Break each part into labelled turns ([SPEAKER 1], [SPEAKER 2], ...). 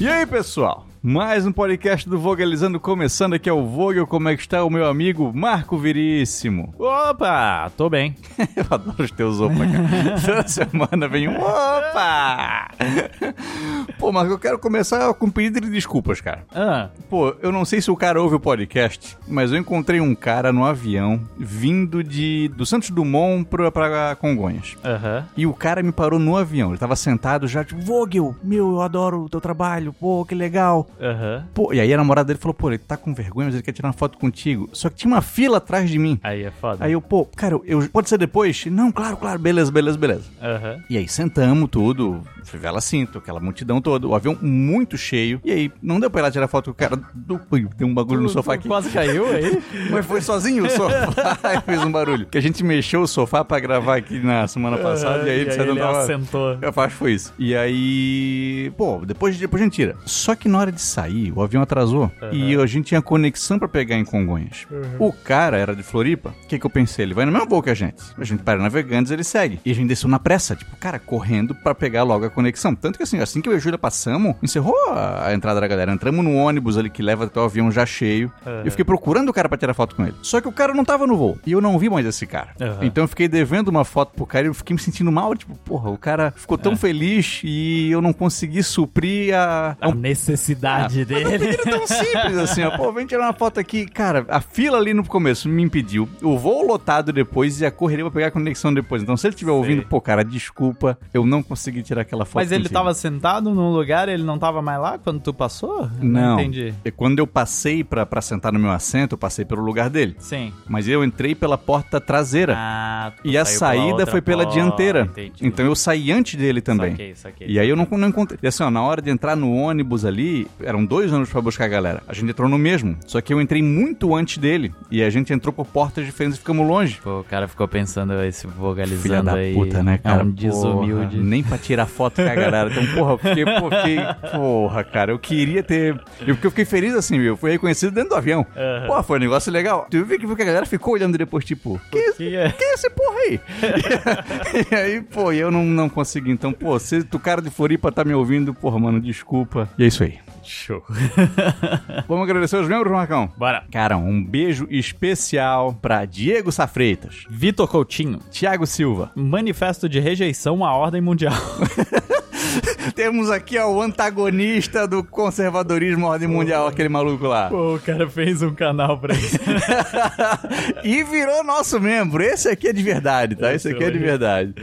[SPEAKER 1] E aí, pessoal? Mais um podcast do Vogelizando começando, aqui é o Vogel, como é que está o meu amigo Marco Viríssimo?
[SPEAKER 2] Opa, tô bem.
[SPEAKER 1] Eu adoro os teus opa, cara. Toda semana vem um opa! Pô, Marco, eu quero começar com um pedido de desculpas, cara.
[SPEAKER 2] Ah,
[SPEAKER 1] Pô, eu não sei se o cara ouve o podcast, mas eu encontrei um cara no avião vindo de do Santos Dumont pra, pra Congonhas.
[SPEAKER 2] aham.
[SPEAKER 1] E o cara me parou no avião. Ele tava sentado já, tipo, Vogel, meu, eu adoro o teu trabalho, pô, que legal.
[SPEAKER 2] Aham.
[SPEAKER 1] Pô, e aí a namorada dele falou, pô, ele tá com vergonha, mas ele quer tirar uma foto contigo. Só que tinha uma fila atrás de mim.
[SPEAKER 2] Aí é foda.
[SPEAKER 1] Aí eu, pô, cara, eu, pode ser depois? Não, claro, claro, beleza, beleza, beleza.
[SPEAKER 2] Aham.
[SPEAKER 1] E aí sentamos tudo, fivela cinto, aquela multidão toda, o avião muito cheio. E aí, não deu pra ir lá tirar foto com o cara. do- Ui, Tem um bagulho no sofá aqui.
[SPEAKER 2] Quase caiu aí?
[SPEAKER 1] Mas foi sozinho o sofá e fez um barulho. Que a gente mexeu o sofá pra gravar aqui na semana passada e aí,
[SPEAKER 2] É, e aí
[SPEAKER 1] você não
[SPEAKER 2] ele
[SPEAKER 1] tava...
[SPEAKER 2] assentou.
[SPEAKER 1] Eu acho que foi isso. E aí. Pô, depois, depois a gente tira. Só que na hora de sair, o avião atrasou e a gente tinha conexão pra pegar em Congonhas. O cara era de Floripa. O que, que eu pensei? Ele vai no mesmo voo que a gente. A gente para em navegantes, ele segue. E a gente desceu na pressa, tipo, cara, correndo pra pegar logo a conexão. Tanto que assim, assim que eu e a Júlia passamos, encerrou a a entrada da galera. Entramos no ônibus ali que leva até o avião já cheio. Eu fiquei procurando o cara pra tirar foto com ele. Só que o cara não tava no voo. E eu não vi mais esse cara.
[SPEAKER 2] Aham.
[SPEAKER 1] Então eu fiquei devendo uma foto pro cara e eu fiquei me sentindo mal. Tipo, porra, o cara ficou
[SPEAKER 2] É.
[SPEAKER 1] tão feliz e eu não consegui suprir a. a um
[SPEAKER 2] A necessidade dele.
[SPEAKER 1] pedido tão simples assim, ó. Pô, vem tirar uma foto aqui. Cara, a fila ali no começo me impediu. O voo lotado depois e a correria pra pegar a conexão depois. Então, se ele estiver ouvindo, pô, cara, desculpa, eu não consegui tirar aquela foto.
[SPEAKER 2] Mas ele
[SPEAKER 1] contigo.
[SPEAKER 2] tava sentado num lugar, ele não tava mais lá quando tu passou? Eu
[SPEAKER 1] Não.
[SPEAKER 2] né? Entendi.
[SPEAKER 1] E Quando eu passei pra, pra sentar no meu assento, eu passei pelo lugar dele.
[SPEAKER 2] Sim.
[SPEAKER 1] Mas eu entrei pela porta traseira.
[SPEAKER 2] Ah, tu
[SPEAKER 1] E a
[SPEAKER 2] saiu pela
[SPEAKER 1] saída
[SPEAKER 2] outra
[SPEAKER 1] foi pela
[SPEAKER 2] porta,
[SPEAKER 1] dianteira.
[SPEAKER 2] Entendi.
[SPEAKER 1] Então eu saí antes dele também.
[SPEAKER 2] Saquei, saquei.
[SPEAKER 1] E aí eu não, não encontrei. E assim, ó, na hora de entrar no ônibus ali, eram dois ônibus pra buscar a galera. A gente entrou no mesmo. Só que eu entrei muito antes dele. E a gente entrou por portas diferentes e ficamos longe.
[SPEAKER 2] Pô, o cara ficou pensando esse vocalizando
[SPEAKER 1] Filha da
[SPEAKER 2] aí.
[SPEAKER 1] puta, né, cara?
[SPEAKER 2] É um
[SPEAKER 1] Porra.
[SPEAKER 2] desumilde.
[SPEAKER 1] Nem pra tirar foto com a galera. Então, porra, eu fiquei, pô, fiquei- Porra, cara, eu queria ter. Eu, porque eu fiquei feliz assim, viu? Eu fui reconhecido dentro do avião.
[SPEAKER 2] Aham.
[SPEAKER 1] Pô, foi um negócio legal. Tu viu que, viu que a galera ficou olhando depois, tipo, que isso?
[SPEAKER 2] Que é?
[SPEAKER 1] que é esse porra aí? e aí, pô, eu não, não consegui. Então, pô, se tu cara de Floripa tá me ouvindo, porra, mano, desculpa. E é isso aí.
[SPEAKER 2] Show.
[SPEAKER 1] Vamos agradecer os membros, Marcão?
[SPEAKER 2] Bora.
[SPEAKER 1] Cara, um beijo especial pra Diego Safreitas,
[SPEAKER 2] Vitor Coutinho.
[SPEAKER 1] Thiago Silva.
[SPEAKER 2] Manifesto de rejeição à ordem mundial.
[SPEAKER 1] Temos aqui, ó, o antagonista do conservadorismo à ordem mundial, aquele maluco lá.
[SPEAKER 2] Pô, o cara fez um canal pra isso.
[SPEAKER 1] e virou nosso membro. Esse aqui é de verdade, tá? Esse aqui é de verdade.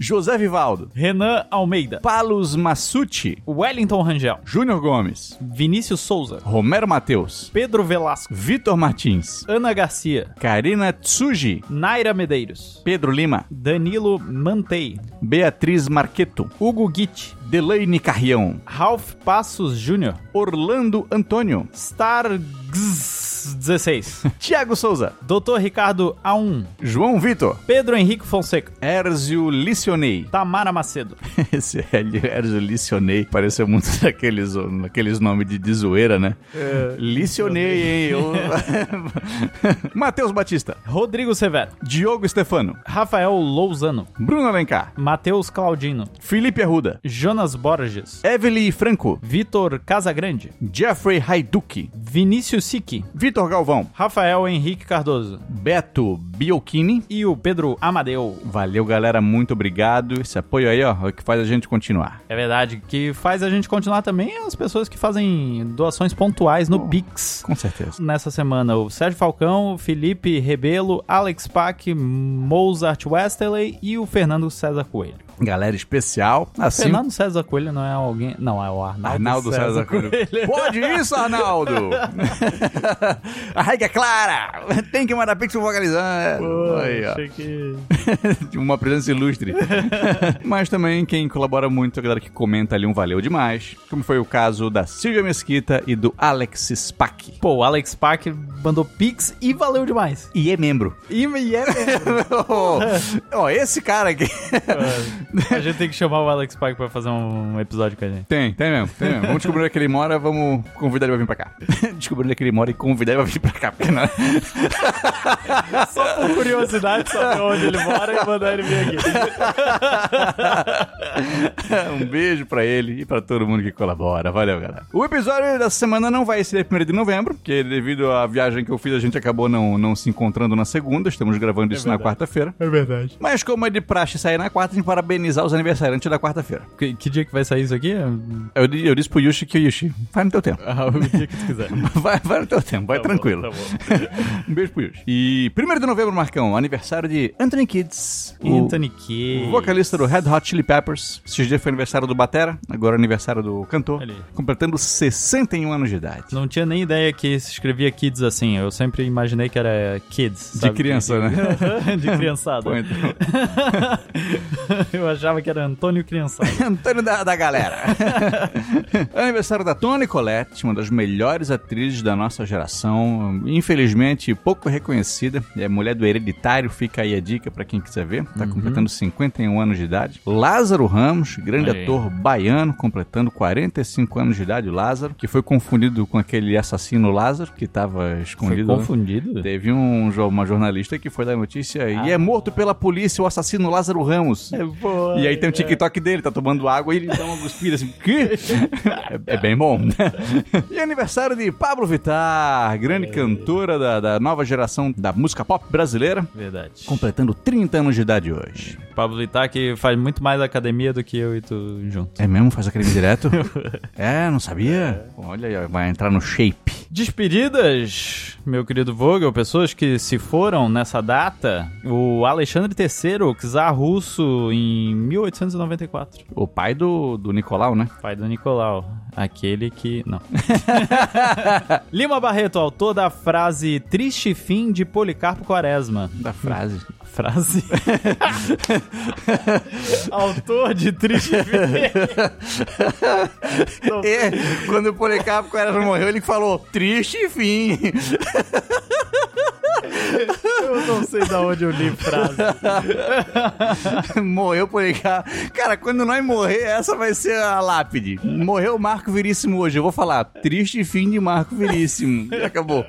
[SPEAKER 1] José Vivaldo,
[SPEAKER 2] Renan Almeida.
[SPEAKER 1] Palos Massucci,
[SPEAKER 2] Wellington Rangel.
[SPEAKER 1] Júnior Gomes,
[SPEAKER 2] Vinícius Souza.
[SPEAKER 1] Romero Mateus,
[SPEAKER 2] Pedro Velasco.
[SPEAKER 1] Vitor Martins,
[SPEAKER 2] Ana Garcia.
[SPEAKER 1] Karina Tsuji,
[SPEAKER 2] Naira Medeiros.
[SPEAKER 1] Pedro Lima,
[SPEAKER 2] Danilo Mantei.
[SPEAKER 1] Beatriz Marqueto,
[SPEAKER 2] Hugo Guit.
[SPEAKER 1] Delaine Carrião,
[SPEAKER 2] Ralph Passos Júnior.
[SPEAKER 1] Orlando Antônio,
[SPEAKER 2] Stargs16.
[SPEAKER 1] Tiago Souza,
[SPEAKER 2] Dr. Ricardo A1.
[SPEAKER 1] João Vitor,
[SPEAKER 2] Pedro Henrique Fonseca.
[SPEAKER 1] Érzio Licionei.
[SPEAKER 2] Tamara Macedo.
[SPEAKER 1] Esse Érzio Licionei pareceu muito daqueles, daqueles nomes de, de zoeira, né? Licionei, hein? Eu... Matheus Batista,
[SPEAKER 2] Rodrigo Severo.
[SPEAKER 1] Diogo Stefano,
[SPEAKER 2] Rafael Lousano.
[SPEAKER 1] Bruno Alencar,
[SPEAKER 2] Matheus Claudino.
[SPEAKER 1] Felipe Arruda,
[SPEAKER 2] Jonas Borges.
[SPEAKER 1] Evelyn Franco,
[SPEAKER 2] Vitor Casagrande.
[SPEAKER 1] Jeffrey Haiduki,
[SPEAKER 2] Vinícius Sique.
[SPEAKER 1] Vitor Galvão,
[SPEAKER 2] Rafael Henrique Cardoso.
[SPEAKER 1] Beto Biocchini.
[SPEAKER 2] E o Pedro Amadeu.
[SPEAKER 1] Valeu, galera. Muito obrigado. Esse apoio aí, ó, é o que faz a gente continuar.
[SPEAKER 2] É verdade, que faz a gente continuar também as pessoas que fazem doações pontuais no Pix.
[SPEAKER 1] Com certeza.
[SPEAKER 2] Nessa semana, o Sérgio Falcão, o Felipe Rebelo, Alex Pack, Mozart Westerley e o Fernando César Coelho.
[SPEAKER 1] Galera especial, assim.
[SPEAKER 2] Fernando César Coelho não é alguém. Não, é o Arnaldo,
[SPEAKER 1] Arnaldo César, Coelho. Pode isso, Arnaldo! a regra é clara! Tem que mandar pix pro vocalizando. Aí, ó. Uma presença ilustre. Mas também quem colabora muito, a galera que comenta ali um valeu demais. Como foi o caso da Silvia Mesquita e do Alex Spack.
[SPEAKER 2] Pô, o Alex Pack mandou Pix e valeu demais.
[SPEAKER 1] E é membro.
[SPEAKER 2] E, e é
[SPEAKER 1] Ó, esse cara aqui.
[SPEAKER 2] A gente tem que chamar o Alex Pack pra fazer um episódio com a gente.
[SPEAKER 1] Tem, tem mesmo, tem mesmo. Vamos descobrir onde é que ele mora, vamos convidar ele pra vir pra cá. Descobrir onde é que ele mora e convidar ele pra vir pra cá. Porque não...
[SPEAKER 2] Só por curiosidade saber onde ele mora. hora e mandar ele vir aqui.
[SPEAKER 1] um beijo pra ele e pra todo mundo que colabora. Valeu, galera. O episódio dessa semana não vai ser 1 de novembro, porque devido à viagem que eu fiz, a gente acabou não, não se encontrando na segunda. Estamos gravando isso na quarta-feira.
[SPEAKER 2] É verdade.
[SPEAKER 1] Mas como é de praxe sair na quarta, a gente parabenizar os aniversariantes da quarta-feira.
[SPEAKER 2] Que, que dia que vai sair isso aqui?
[SPEAKER 1] Eu, di- eu disse pro Yushi que, Yushi, vai no teu tempo.
[SPEAKER 2] Ah, o dia que tu quiser.
[SPEAKER 1] Vai, vai no teu tempo, vai
[SPEAKER 3] Tá bom,
[SPEAKER 1] tranquilo.
[SPEAKER 3] tá bom.
[SPEAKER 1] um beijo pro Yushi. E 1 de novembro, Marcão, aniversário de Anthony Kids.
[SPEAKER 2] Anthony Key.
[SPEAKER 1] O vocalista do Red Hot Chili Peppers. Esses dias foi aniversário do Batera, agora é aniversário do cantor.
[SPEAKER 2] Ali.
[SPEAKER 1] Completando 61 anos de idade.
[SPEAKER 2] Não tinha nem ideia que se escrevia kids assim. Eu sempre imaginei que era kids. sabe?
[SPEAKER 1] criança, né?
[SPEAKER 2] De criançada.
[SPEAKER 1] Pô, então,
[SPEAKER 2] Eu achava que era Antônio Criançada.
[SPEAKER 1] Antônio da, da galera. aniversário da Toni Collette, uma das melhores atrizes da nossa geração. Infelizmente, pouco reconhecida. É mulher do Hereditário, fica aí a dica pra quem quiser ver.
[SPEAKER 2] Uhum.
[SPEAKER 1] Tá completando 51 anos de idade. Lázaro Ramos, grande
[SPEAKER 2] Olha aí.
[SPEAKER 1] ator baiano, completando 45 anos de idade, o Lázaro, que foi confundido com aquele assassino Lázaro, que tava
[SPEAKER 2] Foi
[SPEAKER 1] escondido. lá.
[SPEAKER 2] confundido?
[SPEAKER 1] Teve um, jo- uma jornalista que foi dar notícia
[SPEAKER 2] Ah.
[SPEAKER 1] e é morto pela polícia o assassino Lázaro Ramos.
[SPEAKER 2] É, boa.
[SPEAKER 1] E aí tem o TikTok dele, tá tomando água e ele dá uma cuspida assim. "Quê?" É, é bem bom, né? E aniversário de Pablo Vittar, grande cantora da, da nova geração da música pop brasileira,
[SPEAKER 2] Verdade.
[SPEAKER 1] completando 30 anos de idade hoje.
[SPEAKER 2] Pablo Vittar que faz muito mais academia do que eu e tu junto.
[SPEAKER 1] É mesmo? Faz aquele direto? é, não sabia? Olha aí, ó, vai entrar no shape.
[SPEAKER 2] Despedidas, meu querido Vogel, pessoas que se foram nessa data. O Alexandre III, o czar russo, em 1894.
[SPEAKER 1] O pai do, do Nicolau, né?
[SPEAKER 2] Pai do Nicolau. Aquele que. Não. Lima Barreto, autor da frase Triste Fim de Policarpo Quaresma.
[SPEAKER 1] Da frase.
[SPEAKER 2] Frase. autor de Triste Fim.
[SPEAKER 1] É, quando o Policarpo Quaresma morreu, ele falou, triste fim.
[SPEAKER 2] Eu não sei da onde eu li frase.
[SPEAKER 1] morreu o Policarpo. Cara, quando nós morrer, essa vai ser a lápide. Morreu o Marco Veríssimo hoje, eu vou falar, triste fim de Marco Veríssimo. E acabou.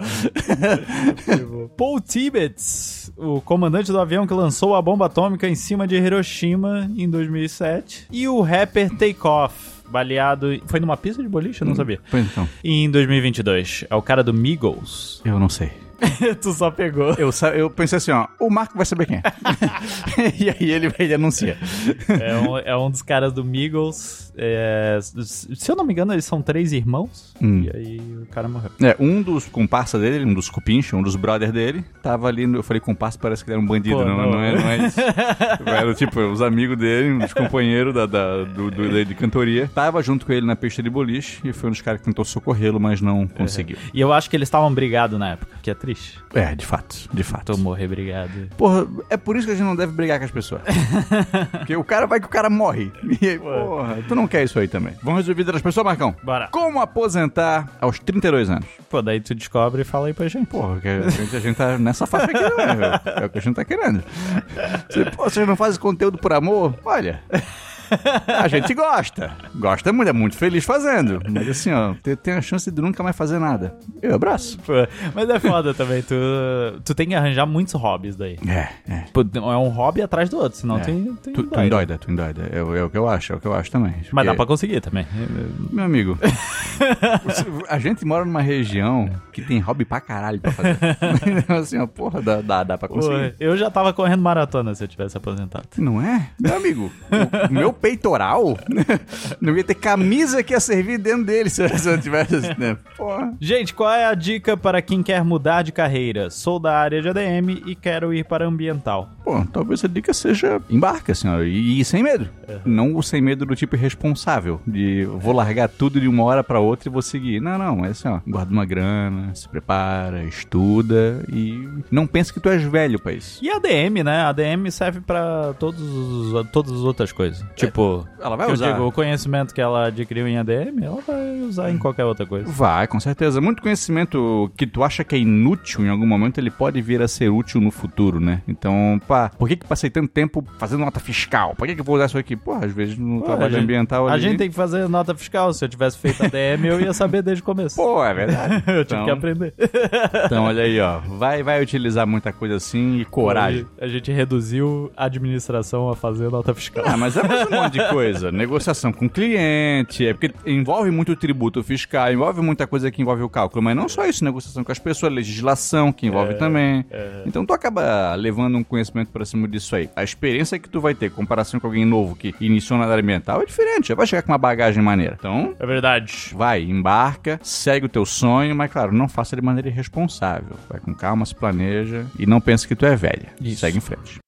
[SPEAKER 2] Paul Tibbets, o comandante do avião que lançou a bomba atômica em cima de Hiroshima em 2007, e o rapper Takeoff, baleado. Foi numa pista de boliche? Eu não sabia.
[SPEAKER 1] Pois então,
[SPEAKER 2] Em 2022. É o cara do Migos.
[SPEAKER 1] eu não sei.
[SPEAKER 2] tu só pegou.
[SPEAKER 1] Eu, sa- eu pensei assim, ó, o Marco vai saber quem é. e aí ele vai anunciar.
[SPEAKER 2] É um, é um dos caras do Migos. é, se eu não me engano, eles são três irmãos.
[SPEAKER 1] Hum.
[SPEAKER 2] E aí o cara morreu.
[SPEAKER 1] É, um dos comparsa dele, um dos cupincha, um dos brother dele, tava ali, no- eu falei comparsa, parece que ele era um bandido,
[SPEAKER 2] Pô,
[SPEAKER 1] não,
[SPEAKER 2] não.
[SPEAKER 1] não é, não é isso. Era tipo, os amigos dele, uns companheiros da, da- do, do- da- de cantoria, tava junto com ele na pista de boliche e foi um dos caras que tentou socorrê-lo, mas
[SPEAKER 2] Uhum.
[SPEAKER 1] não conseguiu.
[SPEAKER 2] E eu acho que eles estavam brigados na época, que é triste.
[SPEAKER 1] É, de fato, de fato.
[SPEAKER 2] Tô morrer brigado.
[SPEAKER 1] Porra, é por isso que a gente não deve brigar com as pessoas. Porque o cara vai que o cara morre. E aí, porra, tu não quer isso aí também. Vamos resolver das pessoas, Marcão?
[SPEAKER 2] Bora.
[SPEAKER 1] Como aposentar aos 32 anos?
[SPEAKER 2] Pô, daí tu descobre e fala aí pra gente.
[SPEAKER 1] Porra, que a gente, a gente tá nessa faixa aqui, né? É o que a gente tá querendo. Você, pô, vocês não fazem conteúdo por amor? Olha. A gente gosta. Gosta muito, é muito feliz fazendo. Mas assim, ó, tem, tem a chance de nunca mais fazer nada. Eu abraço.
[SPEAKER 2] Pô, Mas é foda também, tu, tu tem que arranjar muitos hobbies daí.
[SPEAKER 1] É, é.
[SPEAKER 2] Pô, É um hobby atrás do outro, senão
[SPEAKER 1] É.
[SPEAKER 2] tem, tem
[SPEAKER 1] Tu, tu
[SPEAKER 2] doida.
[SPEAKER 1] endoida, tu endoida. É, o- é o que eu acho, é o que eu acho também.
[SPEAKER 2] Mas dá
[SPEAKER 1] Porque-
[SPEAKER 2] pra conseguir também.
[SPEAKER 1] Meu amigo, a gente mora numa região que tem hobby pra caralho pra fazer. Então, assim, ó, porra, dá, dá, dá pra
[SPEAKER 2] Pô,
[SPEAKER 1] conseguir.
[SPEAKER 2] eu já tava correndo maratona se eu tivesse aposentado.
[SPEAKER 1] Não é? Meu amigo, o meu peitoral não ia ter camisa que ia servir dentro dele se eu, se eu tivesse. Né? Porra.
[SPEAKER 2] Gente, qual é a dica para quem quer mudar de carreira? Sou da área de ADM e quero ir para ambiental.
[SPEAKER 1] Pô, talvez a dica seja embarca, assim, ó, e, e sem medo. Não o sem medo do tipo irresponsável, de vou largar tudo de uma hora pra outra e vou seguir. Não, não, é assim, ó, guarda uma grana, se prepara, estuda e não pensa que tu és velho pra isso.
[SPEAKER 2] E ADM, né? ADM serve pra todos os, todas as outras coisas. Tipo, pô.
[SPEAKER 1] Ela É. vai
[SPEAKER 2] Que eu
[SPEAKER 1] usar.
[SPEAKER 2] digo, o conhecimento que ela adquiriu em ADM, ela vai usar em
[SPEAKER 1] Hum.
[SPEAKER 2] qualquer outra coisa.
[SPEAKER 1] Vai, com certeza. Muito conhecimento que tu acha que é inútil em algum momento, ele pode vir a ser útil no futuro, né? Então, pá, por que que passei tanto tempo fazendo nota fiscal? Por que que eu vou usar isso aqui? Pô, às vezes no
[SPEAKER 2] Pô,
[SPEAKER 1] trabalho
[SPEAKER 2] gente-
[SPEAKER 1] ambiental
[SPEAKER 2] A
[SPEAKER 1] ali...
[SPEAKER 2] gente tem que fazer nota fiscal. Se eu tivesse feito ADM, eu ia saber desde o começo.
[SPEAKER 1] Pô, é verdade.
[SPEAKER 2] eu tive
[SPEAKER 1] então,
[SPEAKER 2] que aprender.
[SPEAKER 1] então, olha aí, ó. Vai, vai utilizar muita coisa assim e coragem.
[SPEAKER 2] A gente reduziu a administração a fazer nota fiscal.
[SPEAKER 1] Ah, mas é mais um monte de coisa. Negociação com cliente, é porque envolve muito tributo fiscal, envolve muita coisa que envolve o cálculo, mas não só isso, negociação com as pessoas, legislação que envolve também. Então tu acaba levando um conhecimento pra cima disso aí. A experiência que tu vai ter, em comparação com alguém novo que iniciou na área ambiental, é diferente, já vai chegar com uma bagagem maneira. Então,
[SPEAKER 2] É verdade.
[SPEAKER 1] vai, embarca, segue o teu sonho, mas claro, não faça de maneira irresponsável. Vai com calma, se planeja e não pense que tu é velha.
[SPEAKER 2] Isso.
[SPEAKER 1] Segue em frente.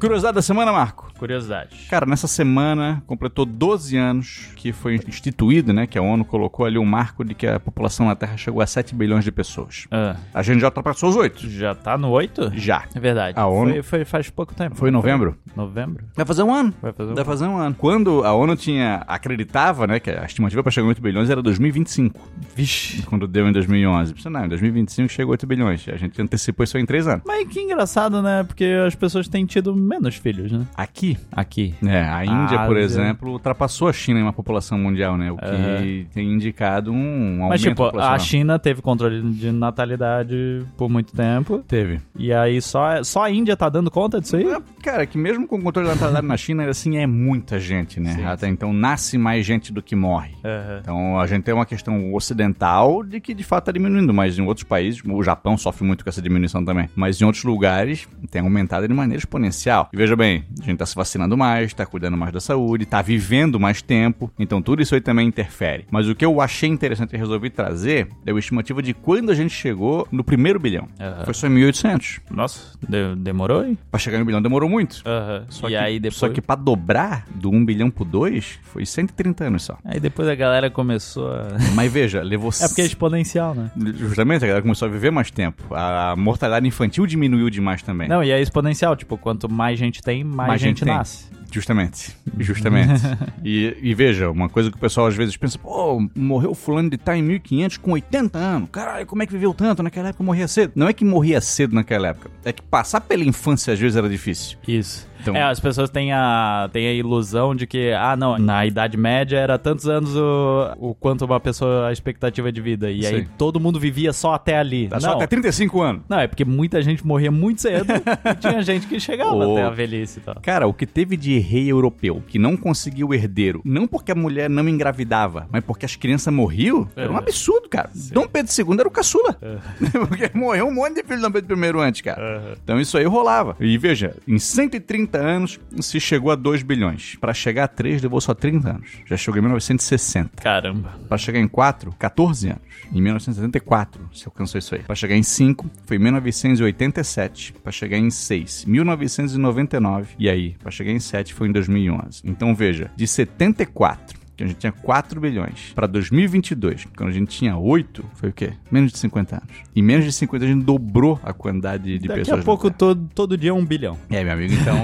[SPEAKER 1] Curiosidade da semana, Marco.
[SPEAKER 2] Curiosidade.
[SPEAKER 1] Cara, nessa semana completou 12 anos que foi instituído, né? Que a ONU colocou ali o marco de que a população na Terra chegou a 7 bilhões de pessoas.
[SPEAKER 2] Ah,
[SPEAKER 1] A gente já ultrapassou os 8.
[SPEAKER 2] já tá no 8?
[SPEAKER 1] Já.
[SPEAKER 2] É verdade.
[SPEAKER 1] A ONU-
[SPEAKER 2] Foi, foi faz pouco tempo.
[SPEAKER 1] Foi em novembro?
[SPEAKER 2] Novembro?
[SPEAKER 1] Vai fazer um ano.
[SPEAKER 2] Vai fazer um
[SPEAKER 1] Dá pra fazer um ano. Quando a ONU tinha acreditava, né, que a estimativa para chegar em 8 bilhões era 2025.
[SPEAKER 2] Vixe.
[SPEAKER 1] Quando deu em 2011. Pensei, Não, em 2025 chega a 8 bilhões. A gente antecipou isso aí em 3 anos.
[SPEAKER 2] Mas que engraçado, né? Porque as pessoas têm tido menos filhos, né?
[SPEAKER 1] Aqui,
[SPEAKER 2] Aqui.
[SPEAKER 1] é, a Índia, por
[SPEAKER 2] Ásia.
[SPEAKER 1] exemplo, ultrapassou a China em uma população mundial, né? O que
[SPEAKER 2] Aham.
[SPEAKER 1] tem indicado um aumento
[SPEAKER 2] Mas, tipo, a
[SPEAKER 1] populacional.
[SPEAKER 2] China teve controle de natalidade por muito tempo.
[SPEAKER 1] Teve.
[SPEAKER 2] E aí só, só a Índia tá dando conta disso aí?
[SPEAKER 1] É, Cara, que mesmo com o controle da natalidade na China, ainda assim, é muita gente, né?
[SPEAKER 2] Sim,
[SPEAKER 1] Até então, nasce mais gente do que morre.
[SPEAKER 2] Aham.
[SPEAKER 1] Então a gente tem uma questão ocidental de que de fato está diminuindo, mas em outros países, o Japão sofre muito com essa diminuição também, mas em outros lugares tem aumentado de maneira exponencial. E veja bem, a gente está se vacinando mais, está cuidando mais da saúde, está vivendo mais tempo, então tudo isso aí também interfere. Mas o que eu achei interessante e resolvi trazer é a estimativa de quando a gente chegou no primeiro bilhão.
[SPEAKER 2] Aham.
[SPEAKER 1] Foi só em 1800.
[SPEAKER 2] Nossa, de- demorou, hein?
[SPEAKER 1] Para chegar no bilhão demorou muito.
[SPEAKER 2] Aham.
[SPEAKER 1] Só
[SPEAKER 2] e
[SPEAKER 1] que,
[SPEAKER 2] aí depois...
[SPEAKER 1] Só que para dobrar do 1 bilhão pro 2 foi 130 anos só.
[SPEAKER 2] Aí depois a galera começou a...
[SPEAKER 1] Mas veja, levou
[SPEAKER 2] É porque é exponencial, né?
[SPEAKER 1] Justamente, a galera começou a viver mais tempo. A mortalidade infantil diminuiu demais também.
[SPEAKER 2] Não, e é exponencial. Tipo, quanto mais gente tem, mais,
[SPEAKER 1] Mais
[SPEAKER 2] gente,
[SPEAKER 1] gente tem.
[SPEAKER 2] nasce.
[SPEAKER 1] Justamente. Justamente. e, e veja, uma coisa que o pessoal às vezes pensa, pô, morreu fulano de tal em 1500 com 80 anos. Caralho, como é que viveu tanto? Naquela época morria cedo. Não é que morria cedo naquela época. É que passar pela infância às vezes era difícil.
[SPEAKER 2] Isso.
[SPEAKER 1] Então-
[SPEAKER 2] É, as pessoas têm a, têm a ilusão de que, ah, não, na Idade Média era tantos anos o, o quanto uma pessoa, a expectativa de vida. E aí
[SPEAKER 1] Sim.
[SPEAKER 2] todo mundo vivia só até ali.
[SPEAKER 1] Tá
[SPEAKER 2] não,
[SPEAKER 1] só até 35 anos.
[SPEAKER 2] não, é porque muita gente morria muito cedo e tinha gente que chegava
[SPEAKER 1] Ô.
[SPEAKER 2] até a velhice e tal.
[SPEAKER 1] Cara, o que teve de rei europeu que não conseguiu herdeiro, não porque a mulher não engravidava, mas porque as crianças morriam,
[SPEAKER 2] É.
[SPEAKER 1] era um absurdo, cara. Dom Pedro II era o caçula. porque morreu um monte de filho de Dom Pedro I antes, cara. Então isso aí rolava. E veja, em 130 anos se chegou a 2 bilhões. Pra chegar a 3 levou só 30 anos. Já chegou em 1960.
[SPEAKER 2] Caramba.
[SPEAKER 1] Pra chegar em 4, 14 anos. Em 1974 se alcançou isso aí. Pra chegar em 5, foi 1987. Pra chegar em 6, 1999. E aí, pra chegar em 7 foi em 2011. Então veja, de 74, que a gente tinha 4 bilhões, pra 2022, quando a gente tinha 8, foi o quê? Menos de 50 anos. Em menos de 50 a gente dobrou a quantidade de
[SPEAKER 2] Daqui
[SPEAKER 1] pessoas.
[SPEAKER 2] a
[SPEAKER 1] na
[SPEAKER 2] pouco
[SPEAKER 1] Terra.
[SPEAKER 2] todo, todo dia é um bilhão.
[SPEAKER 1] É, meu amigo, então.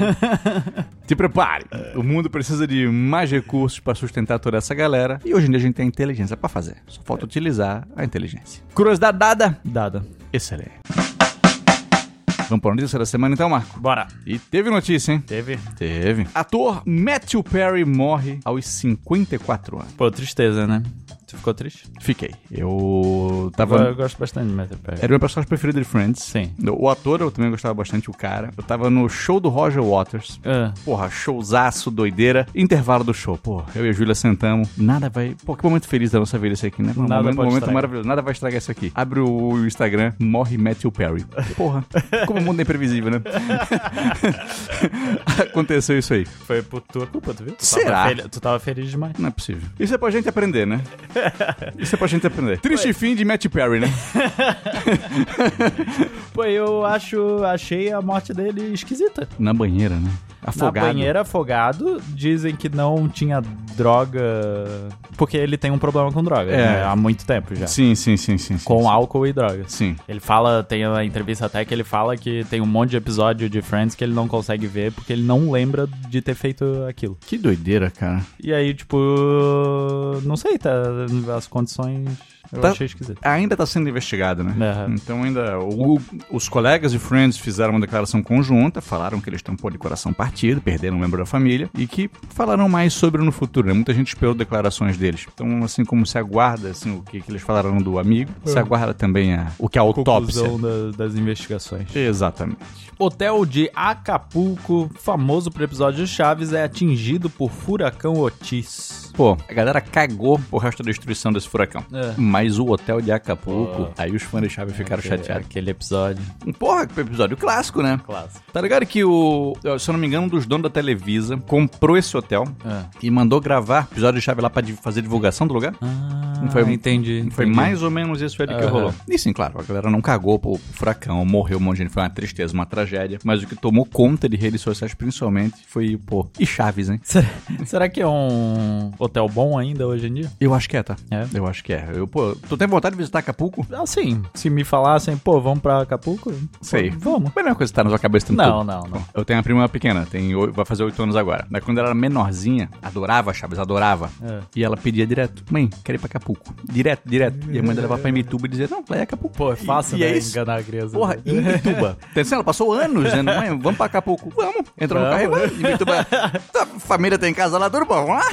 [SPEAKER 1] te prepare! O mundo precisa de mais recursos para sustentar toda essa galera. E hoje em dia a gente tem a inteligência para fazer. Só falta utilizar a inteligência. Curiosidade dada?
[SPEAKER 2] Dada.
[SPEAKER 1] Excelente. Vamos para a notícia da semana então, Marco?
[SPEAKER 2] Bora.
[SPEAKER 1] E teve notícia, hein?
[SPEAKER 2] Teve?
[SPEAKER 1] Teve. Ator Matthew Perry morre aos 54 anos.
[SPEAKER 2] Pô, tristeza, né? Tu ficou triste?
[SPEAKER 1] Fiquei. Eu
[SPEAKER 2] Eu,
[SPEAKER 1] tava.
[SPEAKER 2] gosto bastante de Matthew Perry.
[SPEAKER 1] Era o meu personagem preferido de Friends.
[SPEAKER 2] Sim.
[SPEAKER 1] O ator eu também gostava bastante, o cara. Eu tava no show do Roger Waters.
[SPEAKER 2] Ah,
[SPEAKER 1] Porra, showzaço, doideira. Intervalo do show, pô. Eu e a Júlia sentamos. Nada vai. Pô, que momento feliz da nossa vida esse aqui, né? Um
[SPEAKER 2] Nada
[SPEAKER 1] momento,
[SPEAKER 2] pode
[SPEAKER 1] momento
[SPEAKER 2] estragar.
[SPEAKER 1] maravilhoso. Nada vai estragar isso aqui. Abre o Instagram, morre Matthew Perry. Porra, como o mundo é imprevisível, né? Aconteceu isso aí.
[SPEAKER 2] foi por tua culpa, tu viu? Tu
[SPEAKER 1] Será?
[SPEAKER 2] Tava fel- tu tava feliz demais.
[SPEAKER 1] Não é possível. Isso é pra gente aprender, né? Isso é pra gente aprender. Triste fim de Matthew Perry, né?
[SPEAKER 2] Pô, eu acho, achei a morte dele esquisita.
[SPEAKER 1] Na banheira, né?
[SPEAKER 2] Na
[SPEAKER 1] Afogado.
[SPEAKER 2] banheira, afogado, dizem que não tinha droga porque ele tem um problema com droga.
[SPEAKER 1] É.
[SPEAKER 2] né, Há muito tempo já.
[SPEAKER 1] Sim, sim, sim, sim. sim
[SPEAKER 2] Com
[SPEAKER 1] sim.
[SPEAKER 2] álcool e drogas.
[SPEAKER 1] Sim.
[SPEAKER 2] Ele fala, tem na entrevista até que ele fala que tem um monte de episódio de Friends que ele não consegue ver porque ele não lembra de ter feito aquilo.
[SPEAKER 1] Que doideira, cara.
[SPEAKER 2] E aí, tipo, não sei, tá, as condições eu
[SPEAKER 1] Tá-
[SPEAKER 2] achei esquisito.
[SPEAKER 1] Ainda tá sendo investigado, né?
[SPEAKER 2] Aham.
[SPEAKER 1] Então ainda. o- os colegas de Friends fizeram uma declaração conjunta, falaram que eles estão pô, de coração partido, perderam um membro da família e que falaram mais sobre no futuro, né? Muita gente esperou declarações deles. Então, assim como se aguarda assim, o que, que eles falaram do amigo, se aguarda também a, o que a autópsia.
[SPEAKER 2] Conclusão da- das investigações.
[SPEAKER 1] Exatamente.
[SPEAKER 2] Hotel de Acapulco, famoso pro episódio de Chaves, é atingido por furacão Otis.
[SPEAKER 1] Pô, a galera cagou pro resto da destruição desse furacão.
[SPEAKER 2] É.
[SPEAKER 1] Mas o hotel de Acapulco, aí os fãs de Chaves ficaram chateados.
[SPEAKER 2] Aquele episódio
[SPEAKER 1] Porra, que episódio clássico, né?
[SPEAKER 2] clássico.
[SPEAKER 1] Tá ligado que o, se eu não me engano, um dos donos da Televisa comprou esse hotel
[SPEAKER 2] Ah.
[SPEAKER 1] e mandou gravar episódio de chave lá pra di- fazer divulgação do lugar?
[SPEAKER 2] Ah,
[SPEAKER 1] foi-
[SPEAKER 2] entendi.
[SPEAKER 1] Foi
[SPEAKER 2] entendi.
[SPEAKER 1] mais ou menos isso ele que
[SPEAKER 2] Aham.
[SPEAKER 1] rolou. E sim, claro, a galera não cagou pro furacão, morreu um monte de gente, foi uma tristeza, uma tragédia. Mas o que tomou conta de redes sociais principalmente foi, pô, e Chaves, hein?
[SPEAKER 2] Será, será que é um hotel bom ainda hoje em dia?
[SPEAKER 1] Eu acho que é, tá?
[SPEAKER 2] É.
[SPEAKER 1] Eu acho que é. Eu, pô, tu tem vontade de visitar Acapulco?
[SPEAKER 2] Assim, se me falassem, pô, vamos pra Acapulco?
[SPEAKER 1] Sei.
[SPEAKER 2] Pô, Vamos.
[SPEAKER 1] Melhor coisa que tá na sua cabeça o tempo
[SPEAKER 2] Não,
[SPEAKER 1] todo.
[SPEAKER 2] não, não.
[SPEAKER 1] Eu tenho uma prima pequena, tem, oi- vai fazer oito anos agora. Mas quando ela era menorzinha, adorava Chaves, adorava.
[SPEAKER 2] É.
[SPEAKER 1] E ela pedia direto, mãe, quero ir pra Acapulco. Direto, direto. E a mãe dela vai pra Imbituba e dizia, não, vai a Acapulco.
[SPEAKER 2] Pô, é fácil,
[SPEAKER 1] e,
[SPEAKER 2] né,
[SPEAKER 1] E é isso.
[SPEAKER 2] enganar a criança. né?
[SPEAKER 1] Porra, Imbituba. Atenção, ela passou anos dizendo, mãe, vamos pra Acapulco. Vamos. Entrou no carro e vamos. Imbituba. A família tá em casa lá, tudo bom. Vamos lá.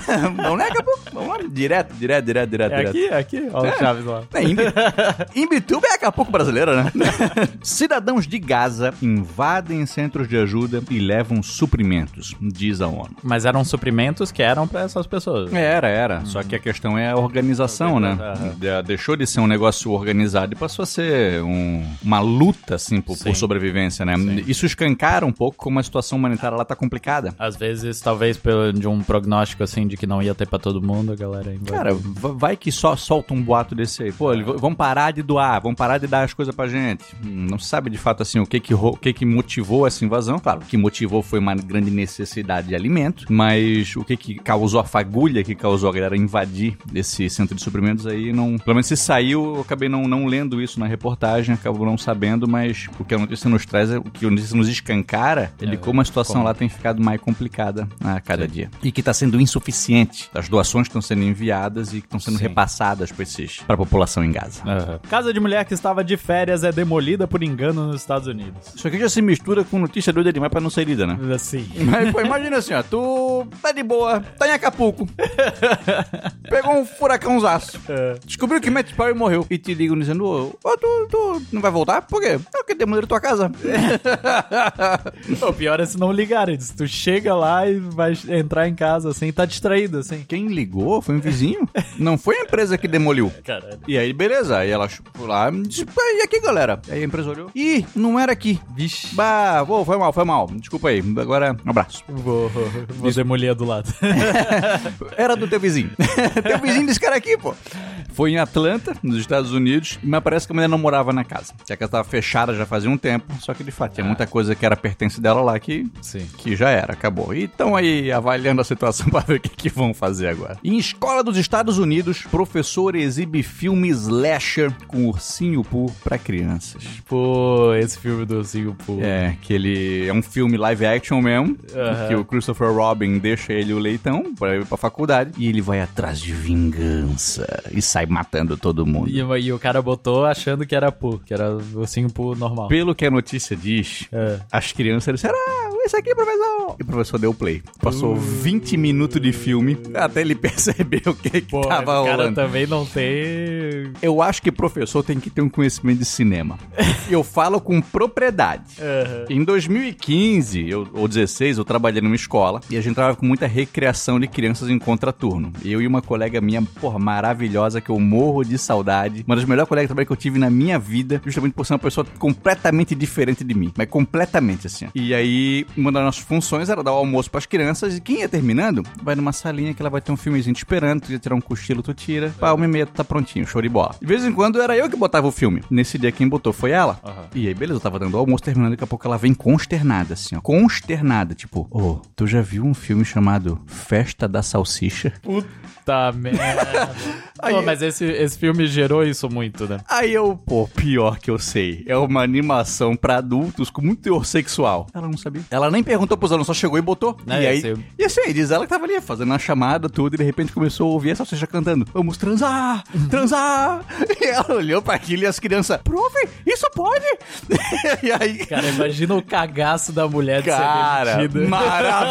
[SPEAKER 1] Vamos lá, Acapulco. Vamos lá. Direto, direto, direto, direto.
[SPEAKER 2] É
[SPEAKER 1] direto.
[SPEAKER 2] aqui, é aqui. Olha o Chaves lá.
[SPEAKER 1] É, Imbi- Imbituba é Acapulco brasileira, né? Cidadãos de Gaza invadem centros de ajuda e levam suprimentos, diz a ONU.
[SPEAKER 2] Mas eram suprimentos que eram pra essas pessoas.
[SPEAKER 1] É, Era, era. Só que a questão é a organização, né? De- Deixou de ser um negócio organizado e passou a ser um- uma luta, assim, por, por
[SPEAKER 2] Sim.
[SPEAKER 1] sobrevivência, né? Isso escancara um pouco como a situação humanitária lá tá complicada.
[SPEAKER 2] Às vezes, talvez pelo- de um prognóstico assim de que não ia ter pra todo mundo, a galera invadiu.
[SPEAKER 1] Cara, va- vai que só solta um boato desse aí. Pô, ele- vamos parar de doar, vamos parar de dar as coisas pra gente. Hum, Não se sabe de fato assim o que que, ro- o que que motivou essa invasão. Claro, o que motivou foi uma grande necessidade de alimento, mas o que que causou a fagulha, que causou a galera invadir esse centro de suprimentos aí, não. Pelo menos se saiu, eu acabei não, não lendo isso na reportagem, acabo não sabendo, mas o que a notícia nos traz, é, o que a notícia nos escancara é de
[SPEAKER 2] É,
[SPEAKER 1] como a situação
[SPEAKER 2] como-
[SPEAKER 1] lá tem ficado mais complicada né, a cada dia. E que está sendo insuficiente. As doações que estão sendo enviadas e que estão sendo
[SPEAKER 2] Sim.
[SPEAKER 1] repassadas para esses para a população em Gaza.
[SPEAKER 2] Aham. Casa de mulher que estava de férias é demolida por engano nos Estados Unidos.
[SPEAKER 1] Isso aqui já se mistura com notícia doida demais para não ser lida, né?
[SPEAKER 2] Assim.
[SPEAKER 1] Mas, pô, imagina assim, ó, tu tá de boa, tá em Acapulco, pegou um furacãozaço,
[SPEAKER 2] É.
[SPEAKER 1] descobriu que Matt Perry morreu e te ligam dizendo, ô, ô, tu, tu não vai voltar? Por quê? É porque demoliram tua casa.
[SPEAKER 2] O pior é se não ligarem. Se tu chega lá e vai entrar em casa assim, tá distraído assim.
[SPEAKER 1] Quem ligou foi um vizinho, não foi a empresa que demoliu.
[SPEAKER 2] Caralho.
[SPEAKER 1] E aí, beleza. Aí ela foi lá e disse, "Pá, e aqui, galera? Aí a empresa olhou. Ih, não era aqui.
[SPEAKER 2] Vixe.
[SPEAKER 1] Bah, pô, foi mal, foi mal. Desculpa aí. Agora, um abraço.
[SPEAKER 2] Vou, vou demolir a do lado.
[SPEAKER 1] Era do teu vizinho. teu vizinho desse cara aqui, pô. Foi em Atlanta, nos Estados Unidos, mas parece que a mulher não morava na casa. Que a casa tava fechada já fazia um tempo, só que de fato tinha muita coisa que era pertence dela lá que
[SPEAKER 2] Sim.
[SPEAKER 1] que já era, acabou. E estão aí avaliando a situação para ver o que, que vão fazer agora. Em escola dos Estados Unidos, professor exibe filme slasher com ursinho Pooh para crianças.
[SPEAKER 2] Pô, Tipo, esse filme do Ursinho Poo.
[SPEAKER 1] É, que ele é um filme live action mesmo,
[SPEAKER 2] Aham.
[SPEAKER 1] que o Christopher Robin deixa ele o leitão para ir pra faculdade e ele vai atrás de vingança e sai matando todo mundo.
[SPEAKER 2] E, e o cara botou achando que era Poo, que era Ursinho Poo normal.
[SPEAKER 1] Pelo que a notícia diz,
[SPEAKER 2] É.
[SPEAKER 1] as crianças disseram, ah, esse aqui, professor. E o professor deu play. Passou 20 minutos de filme até ele perceber o que, que
[SPEAKER 2] Pô,
[SPEAKER 1] tava
[SPEAKER 2] o cara
[SPEAKER 1] rolando.
[SPEAKER 2] também não tem.
[SPEAKER 1] Eu acho que professor tem que ter um conhecimento de cinema. Eu falo com propriedade. Em 2015 eu- ou 16, eu trabalhei numa escola e a gente trabalhava com muita recreação de crianças em contraturno. Eu e uma colega minha, porra, maravilhosa, que eu morro de saudade. Uma das melhores colegas de trabalho que eu tive na minha vida, justamente por ser uma pessoa completamente diferente de mim. Mas completamente assim. ó. E aí uma das nossas funções era dar o almoço pras crianças e quem ia terminando vai numa salinha que ela vai ter um filmezinho te esperando, tu ia tirar um cochilo, tu tira. Pá, uma e meia, tu tá prontinho, show de bola. De vez em quando era eu que botava o filme. Nesse dia quem botou foi ela.
[SPEAKER 2] Aham.
[SPEAKER 1] E aí, beleza, eu tava dando o almoço, terminando, daqui a pouco ela vem consternada, assim, ó. Consternada, tipo, ô, tu já viu um filme chamado Festa da Salsicha?
[SPEAKER 2] Puta merda. Tá, Pô, mas esse, esse filme gerou isso muito, né?
[SPEAKER 1] Aí eu, pô, pior que eu sei. É uma animação pra adultos com muito teor sexual. Ela não sabia. Ela nem perguntou pros alunos, só chegou e botou.
[SPEAKER 2] É,
[SPEAKER 1] e aí.
[SPEAKER 2] esse-
[SPEAKER 1] E assim, aí diz ela que tava ali fazendo uma chamada, tudo, e de repente começou a ouvir a salsicha cantando: Vamos transar!
[SPEAKER 2] Uhum.
[SPEAKER 1] Transar! e ela olhou pra aquilo e as crianças, prove, isso pode! e aí.
[SPEAKER 2] Cara, imagina o cagaço da mulher de ser
[SPEAKER 1] Cara,
[SPEAKER 2] demitida.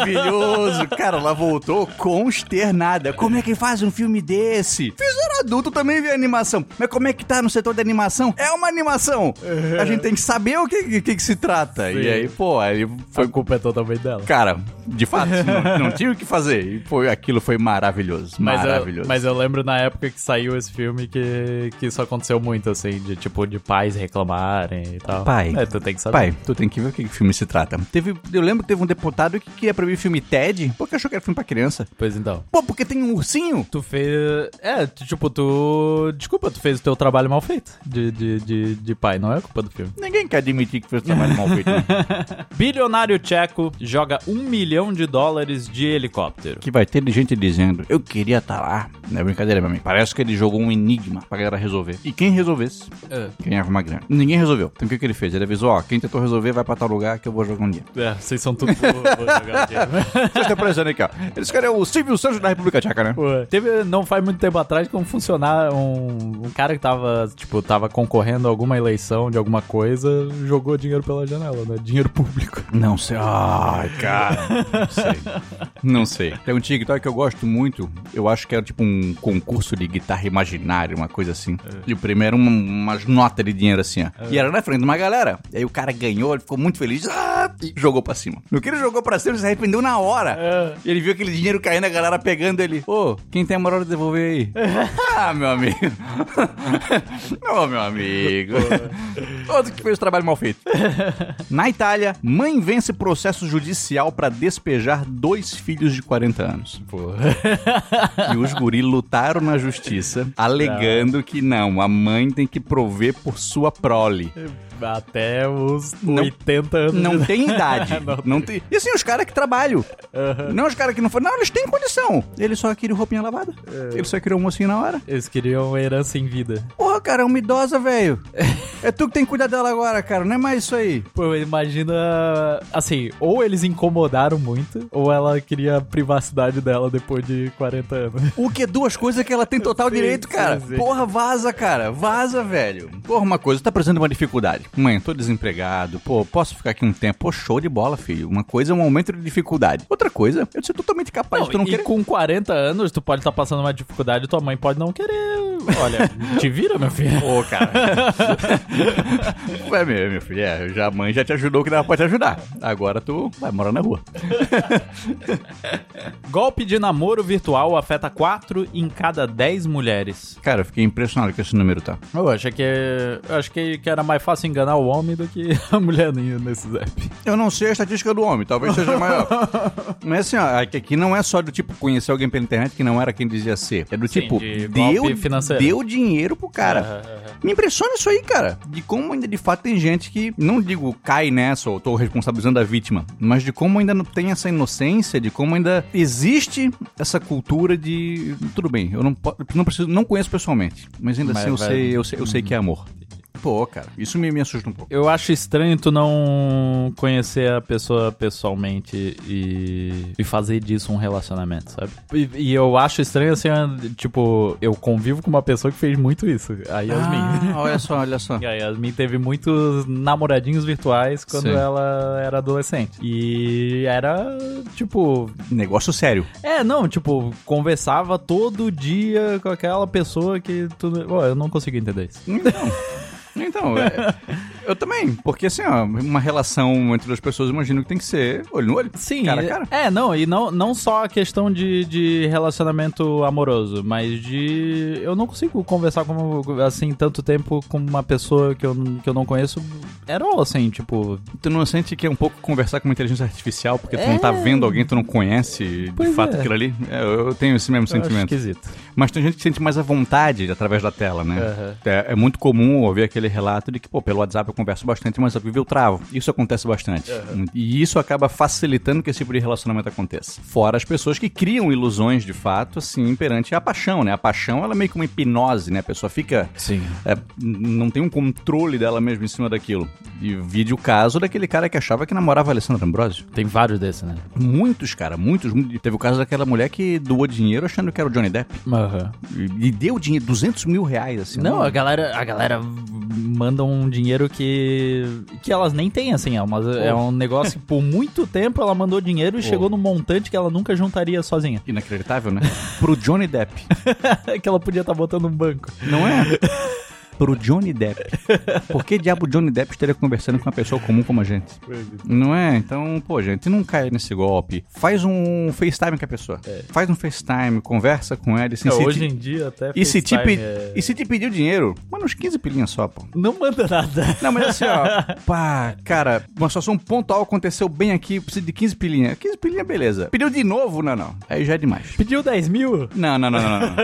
[SPEAKER 1] maravilhoso! Cara, ela voltou consternada. Como é que faz um filme desse? Fizeram adulto também vê animação. Mas como é que tá no setor da animação? É uma animação! A gente tem que saber o que, que, que se trata.
[SPEAKER 2] É. Sim.
[SPEAKER 1] E aí, pô, aí
[SPEAKER 2] A
[SPEAKER 1] foi.
[SPEAKER 2] culpa é totalmente dela.
[SPEAKER 1] Cara, de fato, não, não tinha o que fazer. E foi, aquilo foi maravilhoso.
[SPEAKER 2] Mas eu,
[SPEAKER 1] maravilhoso.
[SPEAKER 2] mas ah, eu lembro na época que saiu esse filme que, que isso aconteceu muito, assim, de tipo, de pais reclamarem e tal.
[SPEAKER 1] Pai.
[SPEAKER 2] É, tu tem que saber.
[SPEAKER 1] Pai, tu tem que ver o que que filme se trata. Teve, eu lembro que teve um deputado que queria proibir filme TED porque achou que era filme pra criança.
[SPEAKER 2] Pois então.
[SPEAKER 1] Pô, porque tem um ursinho?
[SPEAKER 2] Tu fez. É, tu- tipo, tu. Desculpa, tu fez o teu trabalho mal feito de, de, de, de pai, não é culpa do filme.
[SPEAKER 1] Ninguém quer admitir que fez trabalho mal feito. né?
[SPEAKER 2] Bilionário tcheco joga um milhão de dólares de helicóptero.
[SPEAKER 1] que vai ter gente dizendo, eu queria estar lá. Não é brincadeira, meu amigo. Parece que ele jogou um enigma pra galera resolver. E quem resolvesse, ganhava uma grana. Ninguém resolveu. Então o que, que ele fez? Ele avisou, ó, quem tentou resolver vai pra tal lugar que eu vou jogar um dia.
[SPEAKER 2] É, vocês são tudo. Vou jogar né? o dinheiro.
[SPEAKER 1] Vocês estão parecendo aqui, ó. Eles querem o Silvio Santos da República Tcheca, né?
[SPEAKER 2] Pô, Teve, não faz muito tempo atrás, como funcionar um, um cara que tava, tipo, tava concorrendo a alguma eleição de alguma coisa, jogou dinheiro pela janela, né? Dinheiro público.
[SPEAKER 1] Não sei. Ai, cara. Não sei. Não sei. Tem um TikTok que eu gosto muito. Eu acho que era tipo um concurso de guitarra imaginária, uma coisa assim. E o primeiro, uma, umas notas de dinheiro assim, ó. E era na frente de uma galera. E aí o cara ganhou, ele ficou muito feliz. Ah! E jogou pra cima. No que ele jogou pra cima, ele se arrependeu na hora. E ele viu aquele dinheiro caindo, a galera pegando ele. Ô, quem tem a moral de devolver aí? ah, meu amigo. Ô, meu amigo. Outro que fez o trabalho mal feito. Na Itália, mãe vence processo judicial pra despejar dois filhos de 40 anos.
[SPEAKER 2] Pô.
[SPEAKER 1] E os guri lutaram na justiça, alegando que não, a mãe tem que prover por sua prole.
[SPEAKER 2] Até os
[SPEAKER 1] Não-
[SPEAKER 2] 80 anos.
[SPEAKER 1] Não tem idade.
[SPEAKER 2] Não
[SPEAKER 1] não tem. E assim, os caras que trabalham.
[SPEAKER 2] Aham.
[SPEAKER 1] Não os caras que não foram. Não, eles têm condição. Eles só queriam roupinha lavada. Eles só queriam almocinho na hora.
[SPEAKER 2] Eles queriam herança em vida.
[SPEAKER 1] Porra, cara, é uma idosa, velho. É tu que tem que cuidar dela agora, cara. Não é mais isso aí.
[SPEAKER 2] Pô, imagina. Assim, ou eles incomodaram muito, ou ela queria a privacidade dela depois de 40 anos.
[SPEAKER 1] O que? é Duas coisas que ela tem total
[SPEAKER 2] Sim,
[SPEAKER 1] direito, cara.
[SPEAKER 2] sim, sim.
[SPEAKER 1] Porra, vaza, cara. Vaza, velho. Porra, uma coisa, tá precisando de uma dificuldade. Mãe, tô desempregado. Pô, posso ficar aqui um tempo? Pô, show de bola, filho. Uma coisa é um aumento de dificuldade. Outra coisa, eu sou totalmente capaz de tu não
[SPEAKER 2] e
[SPEAKER 1] querer.
[SPEAKER 2] com 40 anos, tu pode estar passando uma dificuldade, tua mãe pode não querer. Olha, te vira, meu filho.
[SPEAKER 1] Pô, cara. é mesmo, meu filho. É, já, a mãe já te ajudou o que dava pra te ajudar. Agora tu vai morar na rua.
[SPEAKER 2] Golpe de namoro virtual afeta 4 em cada 10 mulheres.
[SPEAKER 1] Cara, eu fiquei impressionado com esse número, tá?
[SPEAKER 2] Eu achei que, eu achei que, que era mais fácil enganar o homem do que a mulher nem- nesse app.
[SPEAKER 1] Eu não sei a estatística do homem, talvez seja maior. Mas assim, ó, aqui- aqui não é só do tipo conhecer alguém pela internet que não era quem dizia ser. É do
[SPEAKER 2] Sim,
[SPEAKER 1] tipo,
[SPEAKER 2] de golpe
[SPEAKER 1] deu,
[SPEAKER 2] financeiro.
[SPEAKER 1] deu dinheiro pro
[SPEAKER 2] É,
[SPEAKER 1] cara. Me impressiona isso aí, cara. De como ainda de fato tem gente que, não digo cai nessa ou tô responsabilizando a vítima, mas de como ainda não tem essa inocência, de como ainda existe essa cultura de. Tudo bem, eu não, po- não preciso, não conheço pessoalmente, mas ainda
[SPEAKER 2] Mas
[SPEAKER 1] assim eu
[SPEAKER 2] vai-
[SPEAKER 1] sei, eu sei, eu sei que é amor. Pô, cara, isso me, me assusta um pouco.
[SPEAKER 2] Eu acho estranho tu não conhecer a pessoa pessoalmente e, e fazer disso um relacionamento, sabe? E, e eu acho estranho assim, tipo, eu convivo com uma pessoa que fez muito isso, a Yasmin.
[SPEAKER 1] Ah, olha só, olha só.
[SPEAKER 2] E a Yasmin teve muitos namoradinhos virtuais quando
[SPEAKER 1] Sim.
[SPEAKER 2] ela era adolescente. E era, tipo.
[SPEAKER 1] Negócio sério.
[SPEAKER 2] É, não, tipo, conversava todo dia com aquela pessoa que tudo. Pô, eu não consigo entender isso.
[SPEAKER 1] Então, então é, Eu também, porque assim, ó, uma relação entre duas pessoas, eu imagino que tem que ser olho no olho.
[SPEAKER 2] Sim,
[SPEAKER 1] cara a
[SPEAKER 2] e-
[SPEAKER 1] cara.
[SPEAKER 2] é, não, e não, não só a questão de, de relacionamento amoroso, mas de. Eu não consigo conversar com, assim, tanto tempo com uma pessoa que eu, que eu não conheço. Era ou assim, tipo.
[SPEAKER 1] Tu não sente que é um pouco conversar com uma inteligência artificial, porque tu não tá vendo alguém, tu não conhece de
[SPEAKER 2] É. Pois
[SPEAKER 1] fato
[SPEAKER 2] é.
[SPEAKER 1] aquilo ali? É, eu eu tenho esse mesmo
[SPEAKER 2] eu acho
[SPEAKER 1] sentimento.
[SPEAKER 2] esquisito.
[SPEAKER 1] Mas tem gente que sente mais à vontade através da tela, né?
[SPEAKER 2] Aham.
[SPEAKER 1] É, é muito comum ouvir aquele relato de que, pô, pelo WhatsApp eu converso bastante, mas ao vivo eu travo. Isso acontece bastante. E isso acaba facilitando que esse tipo de relacionamento aconteça. Fora as pessoas que criam ilusões, de fato, assim, perante a paixão, né? A paixão, ela é meio que uma hipnose, né? A pessoa fica
[SPEAKER 2] Sim.
[SPEAKER 1] é, não tem um controle dela mesma em cima daquilo. E vide o caso daquele cara que achava que namorava a Alessandra Ambrosio.
[SPEAKER 2] Tem vários desses, né?
[SPEAKER 1] Muitos, cara, muitos. muitos. Teve o caso daquela mulher que doou dinheiro achando que era o Johnny Depp.
[SPEAKER 2] Aham.
[SPEAKER 1] E, e deu dinheiro, 200 mil reais, assim.
[SPEAKER 2] Não, a galera, a galera manda um dinheiro que que elas nem têm, assim, é, uma- é um negócio que por muito tempo ela mandou dinheiro e chegou num montante que ela nunca juntaria sozinha,
[SPEAKER 1] Inacreditável, né? Pro Johnny Depp.
[SPEAKER 2] que ela podia estar botando no banco.
[SPEAKER 1] Não é? Pro Johnny Depp. Por que diabo Johnny Depp estaria conversando com uma pessoa comum como a gente? Não é? Então, pô, gente, não cai nesse golpe. Faz um FaceTime com a pessoa. Faz um FaceTime, conversa com ela. Assim,
[SPEAKER 2] É,
[SPEAKER 1] se
[SPEAKER 2] hoje
[SPEAKER 1] ti-
[SPEAKER 2] em dia até
[SPEAKER 1] e, se te
[SPEAKER 2] FaceTime
[SPEAKER 1] pe-
[SPEAKER 2] é-
[SPEAKER 1] e se te pediu dinheiro, manda uns 15 pilinhas só, pô.
[SPEAKER 2] não manda nada.
[SPEAKER 1] Não, mas assim, ó. Pá, cara, uma situação pontual um aconteceu bem aqui, preciso de 15 pilinhas. 15 pilinhas, beleza. Pediu de novo? Não, não. Aí já é demais.
[SPEAKER 2] Pediu 10 mil?
[SPEAKER 1] Não, não, não, não, não. não.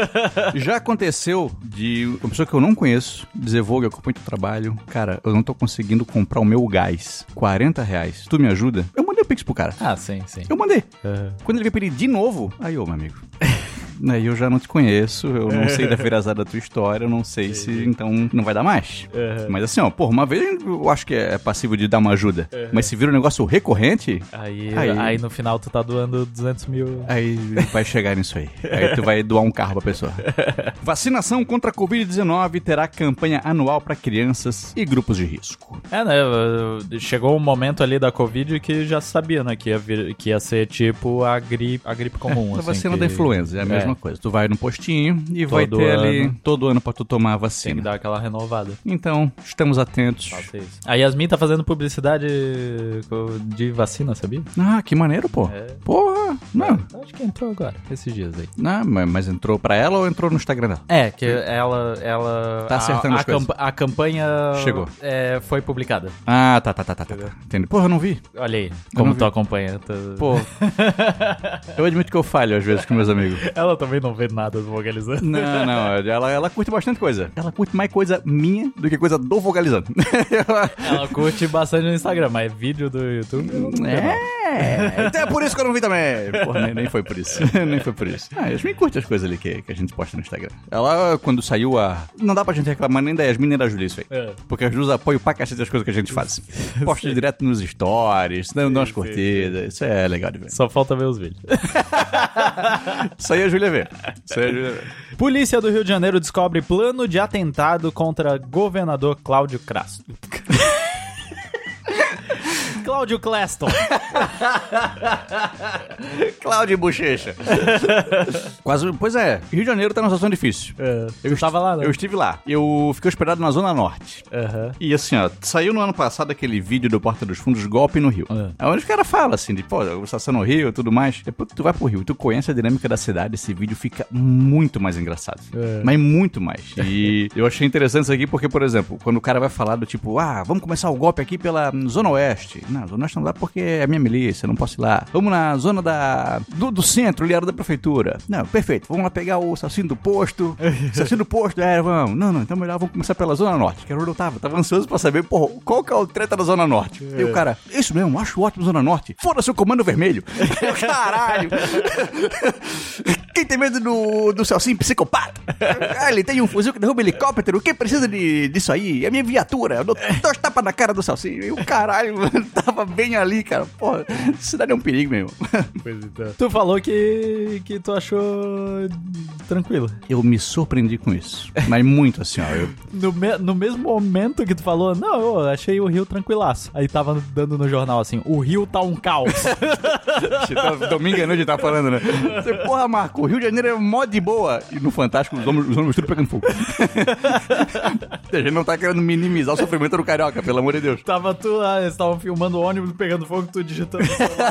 [SPEAKER 1] Já aconteceu de uma pessoa que eu não conheço dizer, Vogue, eu acompanho teu trabalho. Cara, eu não tô conseguindo comprar o meu gás. 40 reais. Tu me ajuda? Eu mandei o Pix pro cara.
[SPEAKER 2] Ah, sim, sim.
[SPEAKER 1] Eu mandei. Quando ele veio pedir de novo, aí, ô, meu amigo. Aí eu já não te conheço, eu não sei da virazada da tua história, eu não sei se então não vai dar mais. Mas assim, ó, pô, uma vez eu acho que é passível de dar uma ajuda. Mas se vira um negócio recorrente,
[SPEAKER 2] Aí,
[SPEAKER 1] Aí.
[SPEAKER 2] aí. no final tu tá doando 200 mil.
[SPEAKER 1] Aí vai chegar nisso aí. Aí tu vai doar um carro pra pessoa. Vacinação contra a Covid-19 terá campanha anual pra crianças e grupos de risco.
[SPEAKER 2] É, né? eu- Chegou um momento ali da Covid que já sabia, né? Que ia, vir- que ia ser tipo a gripe, a gripe comum.
[SPEAKER 1] a
[SPEAKER 2] assim,
[SPEAKER 1] vacina
[SPEAKER 2] que-
[SPEAKER 1] da influenza é a mesma
[SPEAKER 2] É.
[SPEAKER 1] coisa. Tu vai no postinho e vai
[SPEAKER 2] Todo
[SPEAKER 1] ter ali
[SPEAKER 2] ano.
[SPEAKER 1] todo ano pra tu tomar a
[SPEAKER 2] Tem que
[SPEAKER 1] vacina.
[SPEAKER 2] dar aquela renovada.
[SPEAKER 1] Então, estamos atentos.
[SPEAKER 2] Faça né? isso. A Yasmin tá fazendo publicidade co- de vacina, sabia?
[SPEAKER 1] Ah, que maneiro, pô.
[SPEAKER 2] É.
[SPEAKER 1] Porra, não.
[SPEAKER 2] Acho que entrou agora, esses dias aí.
[SPEAKER 1] não. ma- Mas entrou pra ela ou entrou no Instagram dela?
[SPEAKER 2] É, que ela. ela
[SPEAKER 1] Tá
[SPEAKER 2] a-
[SPEAKER 1] acertando
[SPEAKER 2] a,
[SPEAKER 1] as coisas.
[SPEAKER 2] campa- a campanha.
[SPEAKER 1] Chegou.
[SPEAKER 2] é, foi publicada.
[SPEAKER 1] Ah, tá, tá, tá, tá, tá. tá. Entendi. Porra, eu não vi.
[SPEAKER 2] Olha aí,
[SPEAKER 1] não
[SPEAKER 2] como
[SPEAKER 1] vi.
[SPEAKER 2] tu acompanha. tu-
[SPEAKER 1] Pô. eu admito que eu falho às vezes com meus amigos.
[SPEAKER 2] Ela também não vê nada do vocalizando.
[SPEAKER 1] Não, não, ela, ela curte bastante coisa. Ela curte mais coisa minha do que coisa do vocalizando.
[SPEAKER 2] Ela curte bastante no Instagram, mas vídeo do YouTube. não vê, não.
[SPEAKER 1] é, então é por isso que eu não vi também. Porra, nem, nem foi por isso. nem foi por isso. Ah, a Yasmin curte as coisas ali que, que a gente posta no Instagram. Ela, quando saiu a. Não dá pra gente reclamar nem da Yasmin nem da Julia isso aí.
[SPEAKER 2] É.
[SPEAKER 1] Porque as duas apoiam pra cacete as coisas que a gente faz. Posta direto nos stories, dão dão umas curtidas. Isso é legal de ver.
[SPEAKER 2] Só falta ver os vídeos.
[SPEAKER 1] Isso aí a Júlia vê. Isso aí é a Júlia vê.
[SPEAKER 2] Polícia do Rio de Janeiro descobre plano de atentado contra governador Cláudio Crasto. Cláudio Claston.
[SPEAKER 1] Cláudio Bochecha. Quase. Pois é, Rio de Janeiro tá numa situação difícil.
[SPEAKER 2] É. eu estava lá, né?
[SPEAKER 1] Eu estive lá. Eu fiquei hospedado na Zona Norte.
[SPEAKER 2] Aham.
[SPEAKER 1] E assim, ó, saiu no ano passado aquele vídeo do Porta dos Fundos, golpe no Rio.
[SPEAKER 2] É.
[SPEAKER 1] É. Onde o cara fala assim, de, pô, você está no Rio e tudo mais. Depois que tu vai pro Rio, tu conhece a dinâmica da cidade, esse vídeo fica muito mais engraçado.
[SPEAKER 2] É.
[SPEAKER 1] Mas muito mais. E eu achei interessante isso aqui porque, por exemplo, quando o cara vai falar do tipo, ah, vamos começar o golpe aqui pela Zona Oeste. Não, Zona Oeste não dá porque é minha milícia, não posso ir lá. Vamos na zona da... do, do centro, ali era da prefeitura. Não, perfeito, vamos lá pegar o assassino do posto. assassino do posto, é, vamos. Não, não, então melhor vamos começar pela Zona Norte, que era onde eu tava. Tava ansioso pra saber, porra, qual que é o treta da Zona Norte? E o cara, isso mesmo, acho ótimo Zona Norte. Foda-se o Comando Vermelho. Eu, Caralho. Quem tem medo do, do Celcinho psicopata? Ah, ele tem um fuzil que derruba helicóptero. Quem precisa de, disso aí? É minha viatura. Eu dou dois tapas na cara do Celcinho. E o caralho, mano, tava bem ali, cara. Porra, cidade é um perigo mesmo.
[SPEAKER 2] Tu falou que, que tu achou tranquilo.
[SPEAKER 1] Eu me surpreendi com isso. Mas muito assim, ó. Eu,
[SPEAKER 2] No, me- no mesmo momento que tu falou, não, eu achei o Rio tranquilaço. Aí tava dando no jornal assim, o Rio tá um caos.
[SPEAKER 1] Domingo à noite tá falando, né? tá Você, porra, Marco, o Rio de Janeiro é mó de boa. E no Fantástico, os homens, os homens tudo pegando fogo. a gente não tá querendo minimizar o sofrimento do carioca, pelo amor de Deus.
[SPEAKER 2] Tava tu lá, eles estavam filmando o ônibus, pegando fogo, tu digitando o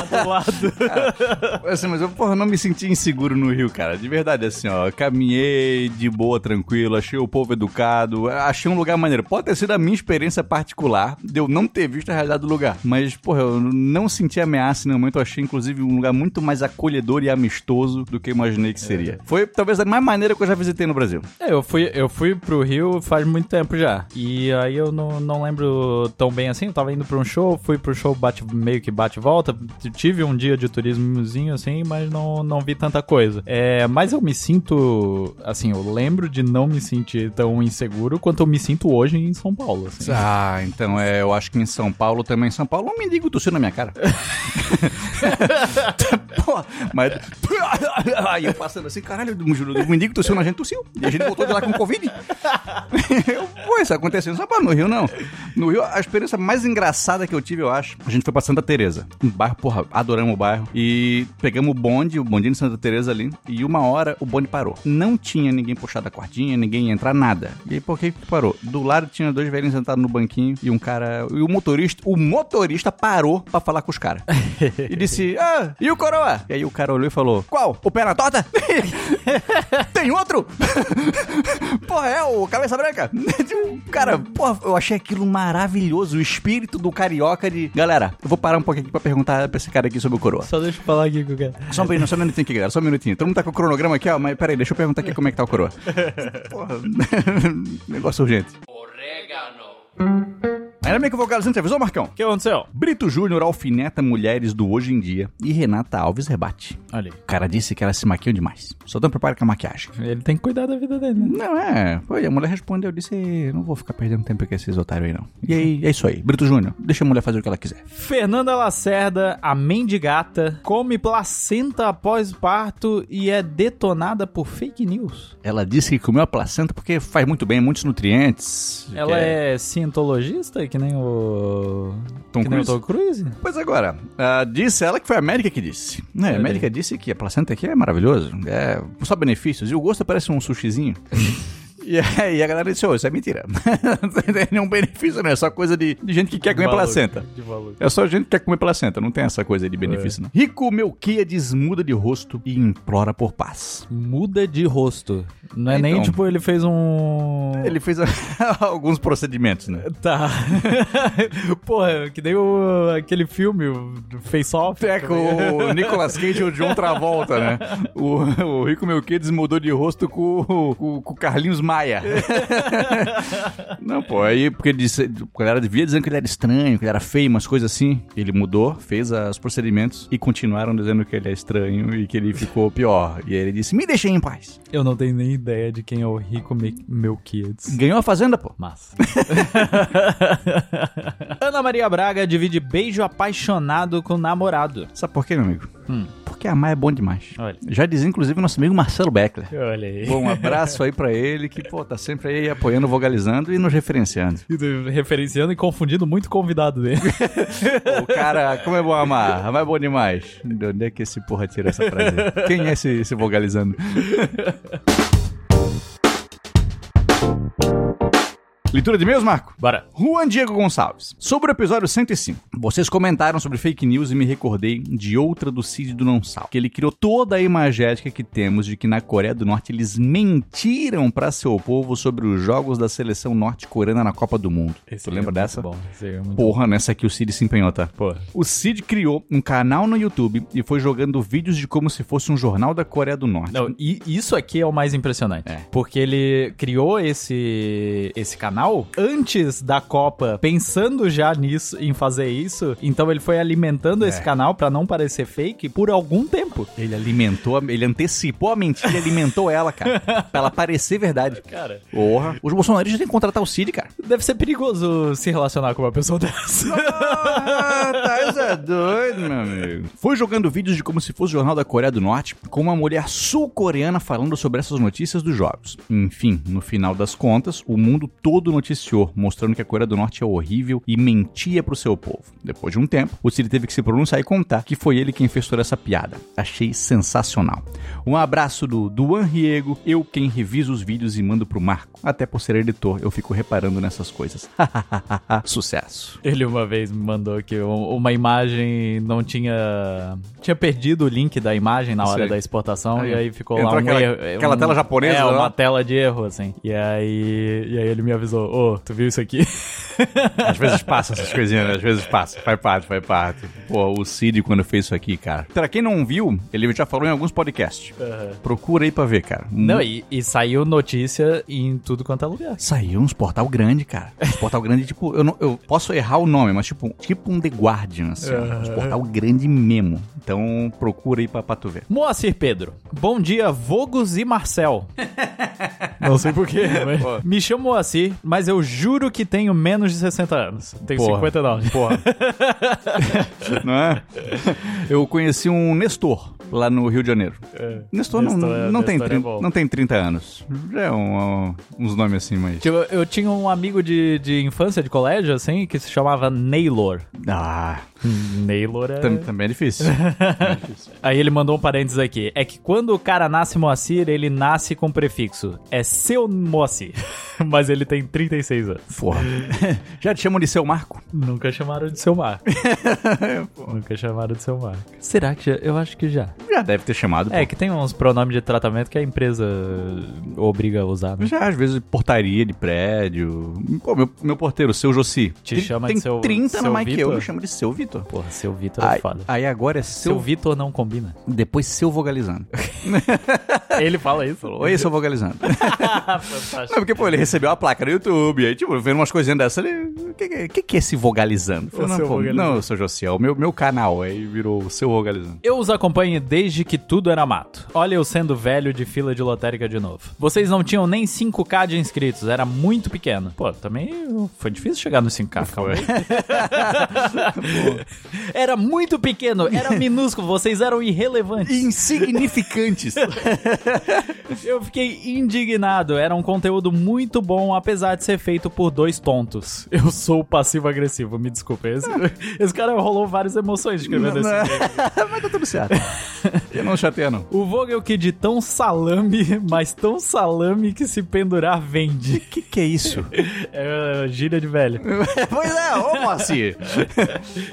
[SPEAKER 2] celular do lado.
[SPEAKER 1] Assim, mas eu, porra, não me senti inseguro no Rio, cara. De verdade, assim, ó. Caminhei de boa, tranquilo, achei o povo educado, achei um lugar maneiro. Pode ter sido a minha experiência particular de eu não ter visto a realidade do lugar. Mas, porra, eu não senti ameaça em nenhum momento. Eu achei, inclusive, um lugar muito mais acolhedor e amistoso do que eu imaginei que seria. Foi talvez a mais maneira que eu já visitei no Brasil.
[SPEAKER 2] É, eu fui, eu fui pro Rio faz muito tempo já. E aí eu não, não lembro tão bem assim. Eu tava indo pra um show, fui pro show bate, meio que bate e volta. Tive um dia de turismozinho assim, mas não, não vi tanta coisa. É, mas eu me sinto, assim, eu lembro de não me sentir tão inseguro quanto eu me sinto hoje em São Paulo. Assim.
[SPEAKER 1] Ah, então é, eu acho que em São Paulo também. Em São Paulo, um mendigo tossiu na minha cara. Pô, mas. Aí eu passando assim, caralho, o mendigo tossiu na gente, tossiu. E a gente voltou de lá com Covid. Eu, Pô, isso aconteceu em São Paulo, no Rio não. No Rio, a experiência mais engraçada que eu tive, eu acho, a gente foi pra Santa Teresa. Um bairro, porra, adoramos o bairro. E pegamos o bonde, o bondinho de Santa Teresa ali. E uma hora o bonde parou. Não tinha ninguém puxado a cordinha, ninguém ia entrar, nada. E aí, por que que parou? Do lado tinha dois velhinhos sentados no banquinho e um cara. E o motorista, o motorista parou pra falar com os caras. E disse, ah, e o coroa? E aí o cara olhou e falou, qual? O pé na torta? Tem outro? porra, é o cabeça branca. Tipo, cara, porra, eu achei aquilo maravilhoso. O espírito do carioca de. Galera, eu vou parar um pouquinho aqui pra perguntar pra esse cara aqui sobre o coroa.
[SPEAKER 2] Só deixa eu falar aqui com o cara.
[SPEAKER 1] Só um minutinho, só um minutinho aqui, galera. Só um minutinho. Todo mundo tá com o cronograma aqui, ó. Mas peraí, deixa eu perguntar aqui como é que tá o coroa. Porra, negócio urgente. Ainda bem que o Vocalizante avisou, Marcão.
[SPEAKER 2] O que aconteceu?
[SPEAKER 1] Brito Júnior alfineta mulheres do hoje em dia e Renata Alves rebate.
[SPEAKER 2] Olha aí.
[SPEAKER 1] O cara disse que elas se maquiam demais. Só dão preparo com a maquiagem.
[SPEAKER 2] Ele tem que cuidar da vida dele, né?
[SPEAKER 1] Não, é. Foi, a mulher respondeu, disse, não vou ficar perdendo tempo com esses otários aí, não. E aí, é isso aí. Brito Júnior, deixa a mulher fazer o que ela quiser.
[SPEAKER 2] Fernanda Lacerda, a mendigata, come placenta após parto e é detonada por fake news.
[SPEAKER 1] Ela disse que comeu a placenta porque faz muito bem, muitos nutrientes.
[SPEAKER 2] Ela é cientologista, que nem o.
[SPEAKER 1] Tom
[SPEAKER 2] que nem o
[SPEAKER 1] Cruise?
[SPEAKER 2] Tom Cruise?
[SPEAKER 1] Pois agora, ah, disse ela que foi a médica que disse. Né, a
[SPEAKER 2] aí.
[SPEAKER 1] médica disse que a placenta aqui é maravilhoso, é só benefícios. E o gosto parece um sushizinho. E aí a galera disse, ô, isso é mentira. não tem nenhum benefício, não. É só coisa de, de gente É que quer comer
[SPEAKER 2] Maluco,
[SPEAKER 1] placenta.
[SPEAKER 2] De maluco.
[SPEAKER 1] É só gente que quer comer placenta, não tem essa coisa de benefício, não. Rico Melquiades muda de rosto e implora por paz.
[SPEAKER 2] Muda de rosto. Não é nem
[SPEAKER 1] Então.
[SPEAKER 2] tipo ele fez um.
[SPEAKER 1] Ele fez alguns procedimentos, né?
[SPEAKER 2] Tá. Porra, que nem o, aquele filme, o Face Off.
[SPEAKER 1] É, com o Nicolas Cage e o John Travolta, né? O, o Rico Melquides mudou de rosto com, o- com, com o Carlinhos Maia. Não, pô, aí porque ele disse, a galera devia dizendo que ele era estranho, que ele era feio, umas coisas assim. Ele mudou, fez as- os procedimentos e continuaram dizendo que ele é estranho e que ele ficou pior. E aí ele disse, me deixem em paz.
[SPEAKER 2] Eu não tenho nem ideia de quem é o Rico Me- Melquiades.
[SPEAKER 1] Ganhou a fazenda, pô.
[SPEAKER 2] Massa. Ana Maria Braga divide beijo apaixonado com namorado.
[SPEAKER 1] Sabe por quê, meu amigo?
[SPEAKER 2] Hum.
[SPEAKER 1] Porque amar é bom demais.
[SPEAKER 2] Olha.
[SPEAKER 1] Já dizia, inclusive, o nosso amigo Marcelo Beckler.
[SPEAKER 2] Olha aí.
[SPEAKER 1] Bom, um abraço aí pra ele, que, pô, tá sempre aí apoiando, vogalizando e nos referenciando.
[SPEAKER 2] Referenciando e confundindo muito convidado dele.
[SPEAKER 1] O cara, como é bom amar? Amar é bom demais. De onde é que esse porra tira essa frase? Quem é esse, esse vogalizando? Leitura de meus, Marco?
[SPEAKER 2] Bora.
[SPEAKER 1] Juan Diego Gonçalves. Sobre o episódio 105, vocês comentaram sobre fake news e me recordei de outra do Cid do Não Sal, que ele criou toda a imagética que temos de que na Coreia do Norte eles mentiram pra seu povo sobre os jogos da seleção norte-coreana na Copa do Mundo. tu lembra dessa?
[SPEAKER 2] Bom, esse é muito
[SPEAKER 1] Porra, nessa aqui o Cid se empenhou, tá?
[SPEAKER 2] Pô.
[SPEAKER 1] O Cid criou um canal no YouTube e foi jogando vídeos de como se fosse um jornal da Coreia do Norte.
[SPEAKER 2] Não, e isso aqui é o mais impressionante.
[SPEAKER 1] É.
[SPEAKER 2] Porque ele criou esse, esse canal antes da Copa, pensando já nisso, em fazer isso. Então ele foi alimentando esse canal pra não parecer fake por algum tempo.
[SPEAKER 1] Ele alimentou, a- ele antecipou a mentira e alimentou ela, cara. pra ela parecer verdade.
[SPEAKER 2] Cara.
[SPEAKER 1] Porra. Os bolsonaristas têm que contratar o Cid, cara.
[SPEAKER 2] Deve ser perigoso se relacionar com uma pessoa dessa.
[SPEAKER 1] Ah, tá é doido, meu amigo. Foi jogando vídeos de como se fosse o Jornal da Coreia do Norte, com uma mulher sul-coreana falando sobre essas notícias dos jogos. Enfim, no final das contas, o mundo todo tudo noticiou, mostrando que a Coreia do Norte é horrível e mentia pro seu povo. Depois de um tempo, o Ciro teve que se pronunciar e contar que foi ele quem fez toda essa piada. Achei sensacional. Um abraço do Duan Riego, eu quem reviso os vídeos e mando pro Marco. Até por ser editor, eu fico reparando nessas coisas. Sucesso.
[SPEAKER 2] Ele uma vez me mandou que um- uma imagem não tinha. Tinha perdido o link da imagem na hora
[SPEAKER 1] Sei.
[SPEAKER 2] da exportação
[SPEAKER 1] Aí,
[SPEAKER 2] e aí ficou
[SPEAKER 1] entrou
[SPEAKER 2] lá um
[SPEAKER 1] aquela-
[SPEAKER 2] erro. é,
[SPEAKER 1] aquela
[SPEAKER 2] um-
[SPEAKER 1] tela japonesa né?
[SPEAKER 2] É,
[SPEAKER 1] lá.
[SPEAKER 2] uma tela de erro, assim. E aí, e aí ele me avisou: Ô, tu viu isso aqui?
[SPEAKER 1] Às vezes passa essas coisinhas, né? Às vezes passa. Faz parte, faz parte. Pô, o Cid quando fez isso aqui, cara. Pra quem não viu, ele já falou em alguns podcasts. Procura aí pra ver, cara. Um
[SPEAKER 2] Não, e, e saiu notícia em tudo quanto é lugar.
[SPEAKER 1] Saiu uns portal grande, cara. Uns portal grande, tipo, eu, não, eu posso errar o nome, mas tipo, tipo um The Guardian, assim. Uns portal grande mesmo. Então procura aí pra, pra tu ver.
[SPEAKER 2] Moacir Pedro. Bom dia, Vogos e Marcel. Não sei porquê, mas... Me chamo Moacir, mas eu juro que tenho menos de 60 anos. Tenho
[SPEAKER 1] Porra.
[SPEAKER 2] 59.
[SPEAKER 1] Porra. não é? Eu conheci um Nestor lá no Rio de Janeiro. Nestor, não,
[SPEAKER 2] Nestor é-
[SPEAKER 1] não, tem
[SPEAKER 2] Nestor
[SPEAKER 1] 30,
[SPEAKER 2] é bom.
[SPEAKER 1] não tem 30 anos. Já é um- um- uns nomes assim, mas.
[SPEAKER 2] Tipo, eu tinha um amigo de, de infância, de colégio, assim, que se chamava Naylor.
[SPEAKER 1] Ah,
[SPEAKER 2] Naylor é...
[SPEAKER 1] tam- também é difícil.
[SPEAKER 2] Aí ele mandou um parênteses aqui. É que quando o cara nasce Moacir, ele nasce com prefixo. É seu Moacir. Mas ele tem 36 anos.
[SPEAKER 1] Porra. Já te chamam de seu Marco?
[SPEAKER 2] Nunca chamaram de seu Marco. Nunca chamaram de seu Marco. Será que já? Eu acho que já.
[SPEAKER 1] Já deve ter chamado.
[SPEAKER 2] É,
[SPEAKER 1] pô.
[SPEAKER 2] que tem uns pronomes de tratamento que a empresa obriga a usar, né?
[SPEAKER 1] Já, às vezes, portaria de prédio. Pô, meu, meu porteiro, seu Josi.
[SPEAKER 2] Te
[SPEAKER 1] Ele
[SPEAKER 2] chama de
[SPEAKER 1] tem
[SPEAKER 2] seu-
[SPEAKER 1] 30
[SPEAKER 2] seu
[SPEAKER 1] anos mais que eu,
[SPEAKER 2] Vitor?
[SPEAKER 1] me chama de seu Vitor.
[SPEAKER 2] Porra, seu Vitor é
[SPEAKER 1] Aí,
[SPEAKER 2] foda.
[SPEAKER 1] aí agora é
[SPEAKER 2] Seu
[SPEAKER 1] seu,
[SPEAKER 2] Vitor não combina.
[SPEAKER 1] Depois seu vogalizando.
[SPEAKER 2] Ele fala isso.
[SPEAKER 1] Oi, seu vogalizando.
[SPEAKER 2] Ah,
[SPEAKER 1] Não, porque, pô, ele recebeu a placa no YouTube, aí, tipo, vendo umas coisinhas dessa, ele... O que, que- que que é esse vogalizando? Eu falei, não,
[SPEAKER 2] seu
[SPEAKER 1] pô,
[SPEAKER 2] vogalizando.
[SPEAKER 1] não, seu Josi, é o meu, meu canal. Aí virou o seu vogalizando.
[SPEAKER 2] Eu os acompanho desde que tudo era mato. Olha eu sendo velho de fila de lotérica de novo. Vocês não tinham nem 5k de inscritos, era muito pequeno. Pô, também foi difícil chegar nos 5k, calma aí. Era muito pequeno, era minúsculo, vocês eram irrelevantes.
[SPEAKER 1] Insignificantes.
[SPEAKER 2] Eu fiquei indignado. Era um conteúdo muito bom, apesar de ser feito por dois tontos. Eu sou passivo-agressivo, me desculpa. Esse, esse cara rolou várias emoções escrevendo assim. esse
[SPEAKER 1] Não, não. Mas tá tudo certo. Eu não chateia, não.
[SPEAKER 2] O Vogel que de tão salame, mas tão salame que se pendurar vende.
[SPEAKER 1] Que que é isso?
[SPEAKER 2] É gíria de velho.
[SPEAKER 1] pois é, ô Moacir.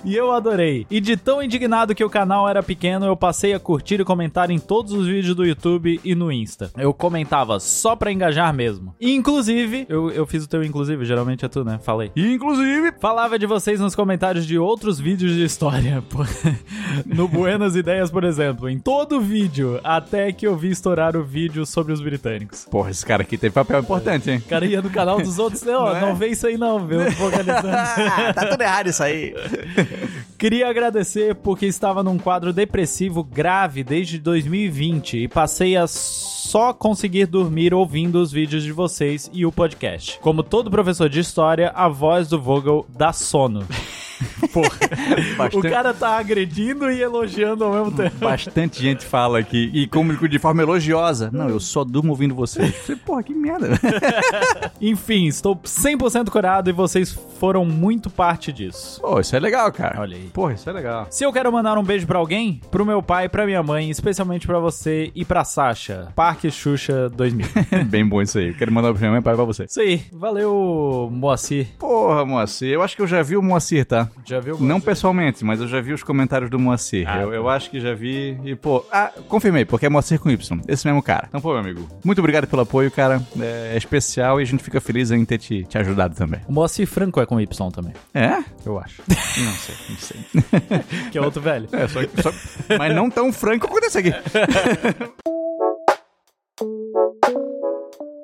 [SPEAKER 2] E eu adorei. E de tão indignado que o canal era pequeno, eu passei a curtir e comentar em todos os vídeos do YouTube e no Insta. Eu comentava só pra engajar mesmo. E, inclusive, eu, eu fiz o teu inclusive, geralmente é tu, né? Falei.
[SPEAKER 1] Inclusive,
[SPEAKER 2] Falava de vocês nos comentários de outros vídeos de história. Pô. No Buenas Ideias, por exemplo, em todo vídeo, até que eu vi estourar o vídeo sobre os britânicos.
[SPEAKER 1] Porra, esse cara aqui teve papel importante, hein?
[SPEAKER 2] O cara ia no canal dos outros, não,
[SPEAKER 1] Não é?
[SPEAKER 2] não vê isso aí não, viu? Focalizando.
[SPEAKER 1] tá tudo errado isso aí.
[SPEAKER 2] Queria agradecer porque estava num quadro depressivo grave desde 2020 e passei a só conseguir dormir ouvindo os vídeos de vocês e o podcast. Como todo professor de história, a voz do Vogel dá sono. O
[SPEAKER 1] Bastante,
[SPEAKER 2] cara tá agredindo e elogiando ao mesmo tempo.
[SPEAKER 1] bastante gente fala aqui e comunicou de forma elogiosa. Não, eu só durmo ouvindo vocês. Eu Falei, porra, que merda.
[SPEAKER 2] Enfim, estou 100% curado e vocês foram muito parte disso.
[SPEAKER 1] Pô, isso é legal, cara.
[SPEAKER 2] Olha aí.
[SPEAKER 1] Porra, isso é legal.
[SPEAKER 2] Se eu quero mandar um beijo pra alguém, pro meu pai, pra minha mãe, especialmente pra você e pra Sasha. Parque Xuxa 2000.
[SPEAKER 1] Bem bom isso aí. Eu quero mandar pra minha mãe e pra pra você.
[SPEAKER 2] Isso aí. Valeu, Moacir.
[SPEAKER 1] Porra, Moacir. Eu acho que eu já vi o Moacir, tá?
[SPEAKER 2] Já viu?
[SPEAKER 1] Não pessoalmente, mas eu já vi os comentários do Moacir.
[SPEAKER 2] Ah,
[SPEAKER 1] eu,
[SPEAKER 2] tá.
[SPEAKER 1] eu acho que já vi. E, pô, ah, confirmei, porque é Moacir com Y. Esse mesmo cara. Então, pô, meu amigo, muito obrigado pelo apoio, cara. É, é especial e a gente fica feliz em ter te, te ajudado também.
[SPEAKER 2] O Moacir Franco é com Y também,
[SPEAKER 1] É?
[SPEAKER 2] eu acho.
[SPEAKER 1] Não sei, não sei.
[SPEAKER 2] Que é outro velho.
[SPEAKER 1] É, só, só, mas não tão franco quanto esse aqui.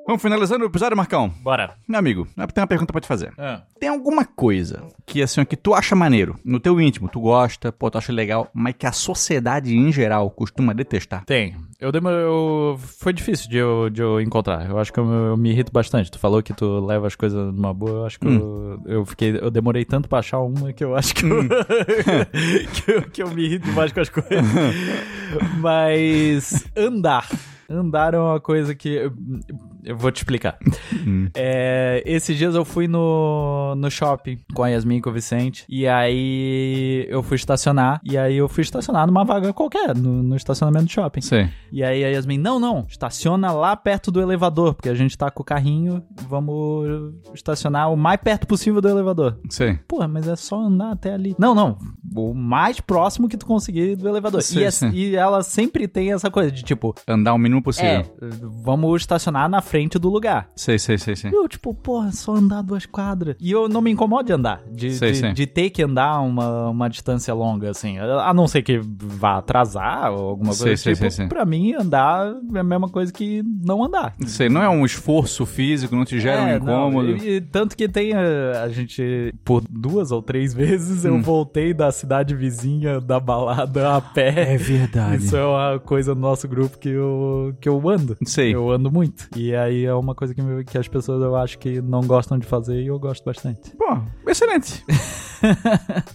[SPEAKER 1] Vamos finalizando o episódio, Marcão.
[SPEAKER 2] Bora.
[SPEAKER 1] Meu amigo, tem uma pergunta pra te fazer.
[SPEAKER 2] Ah.
[SPEAKER 1] Tem alguma coisa que, assim, ó, que tu acha maneiro, no teu íntimo, tu gosta, pô, tu acha legal, mas que a sociedade em geral costuma detestar?
[SPEAKER 2] Tem. Eu demorei. eu- Foi difícil de eu, de eu encontrar. Eu acho que eu, eu me irrito bastante. Tu falou que tu leva as coisas numa boa. Eu acho que eu, eu fiquei. Eu demorei tanto pra achar uma que eu acho que eu, que, eu que eu me irrito demais com as coisas. Mas andar. Andar é uma coisa que. Eu vou te explicar.
[SPEAKER 1] Hum.
[SPEAKER 2] É, esses dias eu fui no, no shopping com a Yasmin e com o Vicente. E aí eu fui estacionar. E aí eu fui estacionar numa vaga qualquer, no, no estacionamento do shopping.
[SPEAKER 1] Sei.
[SPEAKER 2] E aí a Yasmin, não, não, estaciona lá perto do elevador, porque a gente tá com o carrinho, vamos estacionar o mais perto possível do elevador.
[SPEAKER 1] Sei.
[SPEAKER 2] Porra, mas é só andar até ali. Não, não. O mais próximo que tu conseguir do elevador.
[SPEAKER 1] Sim,
[SPEAKER 2] e, é-
[SPEAKER 1] sim.
[SPEAKER 2] e ela sempre tem essa coisa de tipo,
[SPEAKER 1] Andar o mínimo possível.
[SPEAKER 2] é, vamos estacionar na frente do lugar.
[SPEAKER 1] Sei, sei, sei, sei.
[SPEAKER 2] E eu, tipo, porra, só andar duas quadras. E eu não me incomodo de andar. De,
[SPEAKER 1] Sei,
[SPEAKER 2] de,
[SPEAKER 1] sei.
[SPEAKER 2] de ter que andar uma, uma distância longa, assim. A não ser que vá atrasar ou alguma coisa
[SPEAKER 1] Sei,
[SPEAKER 2] do
[SPEAKER 1] sei,
[SPEAKER 2] tipo.
[SPEAKER 1] sei, sei.
[SPEAKER 2] Pra mim, andar é a mesma coisa que não andar.
[SPEAKER 1] Sei, não é um esforço físico, não te gera um
[SPEAKER 2] É, não,
[SPEAKER 1] incômodo.
[SPEAKER 2] e- e tanto que tem eh, a gente, por duas ou três vezes,
[SPEAKER 1] Hum.
[SPEAKER 2] eu voltei da cidade vizinha da balada a pé.
[SPEAKER 1] verdade.
[SPEAKER 2] Isso é uma coisa no nosso grupo que eu, que eu ando.
[SPEAKER 1] é- Sei.
[SPEAKER 2] Eu ando muito. E aí é uma coisa que, me- que as pessoas eu acho que não gostam de fazer e eu gosto bastante.
[SPEAKER 1] Pô, excelente.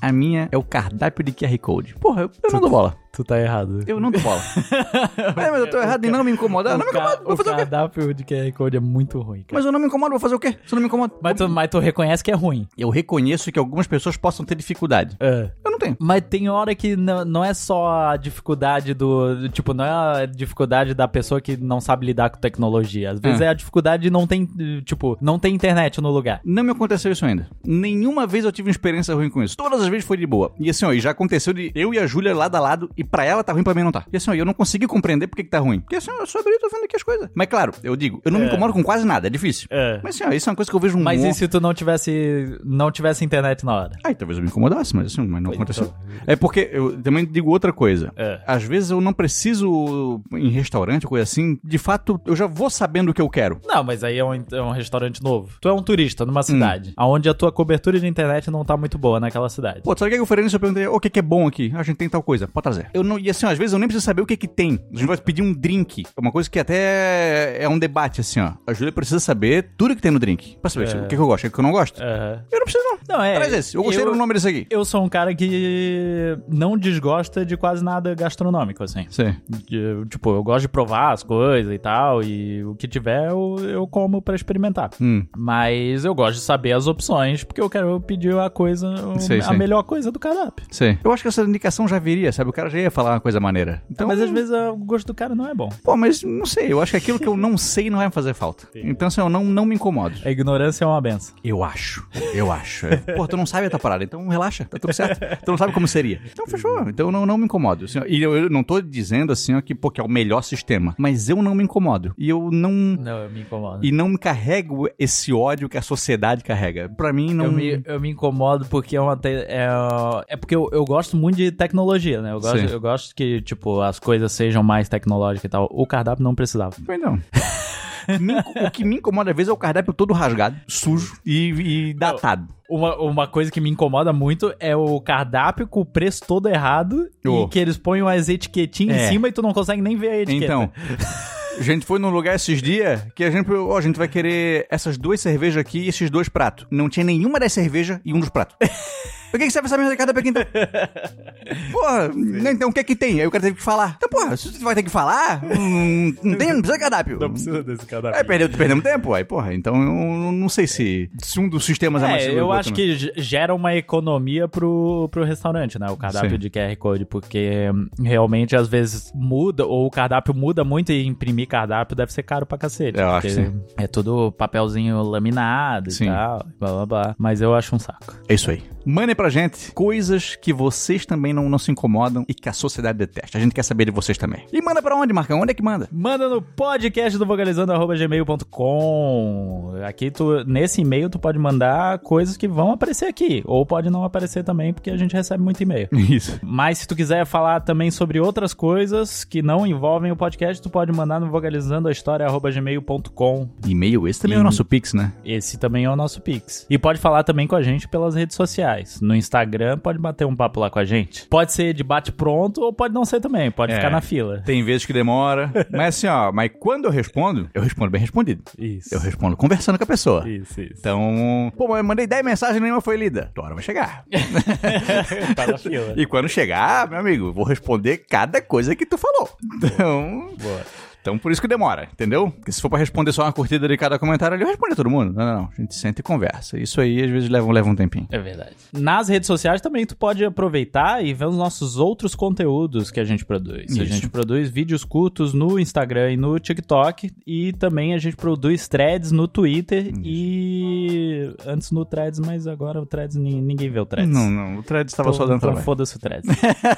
[SPEAKER 1] a minha é o cardápio de QR Code. Porra, eu, eu não dou bola.
[SPEAKER 2] Tu tá errado.
[SPEAKER 1] Eu não dou bola. é, mas eu tô errado em não me incomodar. Eu não me
[SPEAKER 2] ca-
[SPEAKER 1] incomodo. Vou fazer o quê?
[SPEAKER 2] cardápio de QR Code é muito ruim, cara.
[SPEAKER 1] Mas eu não me incomodo, vou fazer o quê? Se eu não me incomodo.
[SPEAKER 2] Mas, tu, mas tu reconhece que é ruim.
[SPEAKER 1] Eu reconheço que algumas pessoas possam ter dificuldade.
[SPEAKER 2] É.
[SPEAKER 1] Eu não tenho.
[SPEAKER 2] Mas tem hora que não, não é só a dificuldade do. Tipo, não é a dificuldade da pessoa que não sabe lidar com tecnologia. Às vezes é, a dificuldade de não tem. Tipo, não tem internet no lugar.
[SPEAKER 1] Não me aconteceu isso ainda. Nenhuma vez eu tive uma experiência ruim com isso. Todas as vezes foi de boa. E assim, ó, e já aconteceu de eu e a Júlia lado a lado, e pra ela tá ruim, pra mim não tá. E assim, ó, e eu não consegui compreender por que que tá ruim. Porque assim, ó, eu sou abrigo, tô vendo aqui as coisas. Mas claro, eu digo, eu não me incomodo com quase nada, é difícil.
[SPEAKER 2] É.
[SPEAKER 1] Mas assim, ó, isso é uma coisa que eu vejo um
[SPEAKER 2] Mas
[SPEAKER 1] monte.
[SPEAKER 2] e se tu não tivesse. não tivesse internet na hora?
[SPEAKER 1] Aí talvez eu me incomodasse, mas assim, mas não aconteceu. É porque eu também digo outra coisa.
[SPEAKER 2] então, É.
[SPEAKER 1] Às vezes eu não preciso em restaurante, coisa assim. De fato, eu já vou sabendo o que eu quero.
[SPEAKER 2] Não, mas aí é um, é um restaurante novo. Tu é um turista
[SPEAKER 1] Hum.
[SPEAKER 2] numa cidade, aonde a tua cobertura de internet não tá muito boa naquela cidade.
[SPEAKER 1] Pô, sabe o que eu faria nisso? Eu perguntei, o que, que é bom aqui? Ah, A gente tem tal coisa, pode trazer. Eu não, e assim, ó, às vezes eu nem preciso saber o que que tem. A gente vai pedir um drink. É uma coisa que até é um debate, assim, ó. A Júlia precisa saber tudo que tem no drink. Pra saber se- o que, que eu gosto, o que que eu não gosto.
[SPEAKER 2] Aham.
[SPEAKER 1] Eu não preciso, não.
[SPEAKER 2] É. Não, é.
[SPEAKER 1] Traz esse. Eu gostei do nome desse aqui.
[SPEAKER 2] Eu sou um cara que não desgosta de quase nada gastronômico, assim.
[SPEAKER 1] Sei.
[SPEAKER 2] Eu, tipo, eu gosto de provar as coisas e tal, e o que tiver eu, eu como pra experimentar.
[SPEAKER 1] Hum.
[SPEAKER 2] Mas eu gosto de saber as opções, porque eu quero pedir a coisa, o-
[SPEAKER 1] Sei,
[SPEAKER 2] a
[SPEAKER 1] sei.
[SPEAKER 2] melhor coisa do cardápio.
[SPEAKER 1] Sei. Eu acho que essa indicação já viria, sabe? O cara já ia falar uma coisa maneira. Então,
[SPEAKER 2] Mas às vezes ah, o gosto do cara não é bom.
[SPEAKER 1] Pô, mas não sei, eu acho que aquilo que eu não sei não vai me fazer falta. Então, assim, eu não, não me incomodo.
[SPEAKER 2] A ignorância é uma benção.
[SPEAKER 1] Eu acho, eu acho. É, Pô, tu não sabe a tua parada, então relaxa, tá tudo certo. Tu não sabe como seria. Então, fechou, então eu não, não me incomodo. assim, ó. e eu, eu não tô dizendo, assim, ó, que, pô, que é o melhor sistema, mas eu não me incomodo. E eu não...
[SPEAKER 2] Não, eu me incomodo.
[SPEAKER 1] E não me carrego esse ódio que a sociedade carrega. Pra mim, não...
[SPEAKER 2] Eu me, eu me incomodo porque é uma. te- É, é porque eu, eu gosto muito de tecnologia, né? Eu gosto,
[SPEAKER 1] Sim.
[SPEAKER 2] eu gosto que, tipo, as coisas sejam mais tecnológicas e tal. O cardápio não precisava.
[SPEAKER 1] Pois não. Me inco- o que me incomoda às vezes é o cardápio todo rasgado, sujo e, e datado.
[SPEAKER 2] Uma, uma coisa que me incomoda muito é o cardápio com o preço todo errado
[SPEAKER 1] Oh.
[SPEAKER 2] e que eles põem as etiquetinhas
[SPEAKER 1] É.
[SPEAKER 2] em cima e tu não consegue nem ver a etiqueta.
[SPEAKER 1] Então, a gente foi num lugar esses dias que a gente, ó, a gente vai querer essas duas cervejas aqui e esses dois pratos. Não tinha nenhuma das cervejas e um dos pratos. Por que, que serve essa merda de cada pequena? Porra, né, então o que é que tem? Aí o cara teve que falar. Então, porra, se você vai ter que falar, hum, não, tem, não precisa de cardápio.
[SPEAKER 2] precisa desse
[SPEAKER 1] Aí
[SPEAKER 2] cardápio.
[SPEAKER 1] perdeu, perdemos tempo, aí, porra. Então eu não sei se, se um dos sistemas é, mais seguro
[SPEAKER 2] eu
[SPEAKER 1] o
[SPEAKER 2] acho
[SPEAKER 1] outro,
[SPEAKER 2] que ge- gera uma economia pro, pro restaurante, né? O cardápio
[SPEAKER 1] Sim.
[SPEAKER 2] de QR Code, porque hum, realmente às vezes muda, ou o cardápio muda muito e imprimir cardápio deve ser caro pra cacete.
[SPEAKER 1] Eu acho
[SPEAKER 2] porque
[SPEAKER 1] que
[SPEAKER 2] É tudo papelzinho laminado
[SPEAKER 1] Sim.
[SPEAKER 2] e tal, blá blá blá. Mas eu acho um saco.
[SPEAKER 1] É isso aí. Mandem pra gente coisas que vocês também não, não se incomodam e que a sociedade detesta. A gente quer saber de vocês também. E manda pra onde, Marcão? Onde é que manda?
[SPEAKER 2] Manda no podcast do vocalizando.gmail.com. Aqui tu, nesse e-mail tu pode mandar coisas que vão aparecer aqui. Ou pode não aparecer também, porque a gente recebe muito e-mail.
[SPEAKER 1] Isso.
[SPEAKER 2] Mas se tu quiser falar também sobre outras coisas que não envolvem o podcast, tu pode mandar no vocalizandoahistoria.gmail.com.
[SPEAKER 1] E-mail, esse também é o nosso Pix, né?
[SPEAKER 2] Esse também é o nosso Pix. E pode falar também com a gente pelas redes sociais. No Instagram, pode bater um papo lá com a gente. Pode ser de bate-pronto ou pode não ser também. Pode
[SPEAKER 1] É.
[SPEAKER 2] ficar na fila.
[SPEAKER 1] Tem vezes que demora. mas assim, ó, mas quando eu respondo, eu respondo bem respondido.
[SPEAKER 2] Isso.
[SPEAKER 1] Eu respondo conversando com a pessoa.
[SPEAKER 2] Isso, isso.
[SPEAKER 1] Então, pô, mas eu mandei 10 mensagens e nenhuma foi lida. Tua hora vai chegar.
[SPEAKER 2] tá na fila.
[SPEAKER 1] e quando chegar, meu amigo, eu vou responder cada coisa que tu falou. Então,
[SPEAKER 2] Boa.
[SPEAKER 1] Então por isso que demora, entendeu? Porque se for pra responder só uma curtida de cada comentário ali, eu respondo a todo mundo. Não, não, não. A gente senta e conversa. Isso aí às vezes leva, leva um tempinho.
[SPEAKER 2] É verdade. Nas redes sociais também tu pode aproveitar e ver os nossos outros conteúdos que a gente produz. A
[SPEAKER 1] Isso.
[SPEAKER 2] gente produz vídeos curtos no Instagram e no TikTok e também a gente produz threads no Twitter e antes no threads, mas agora o threads nin- ninguém vê o threads.
[SPEAKER 1] Não, não. O thread estava
[SPEAKER 2] Então-
[SPEAKER 1] só dando
[SPEAKER 2] então
[SPEAKER 1] trabalho.
[SPEAKER 2] foda-se o threads.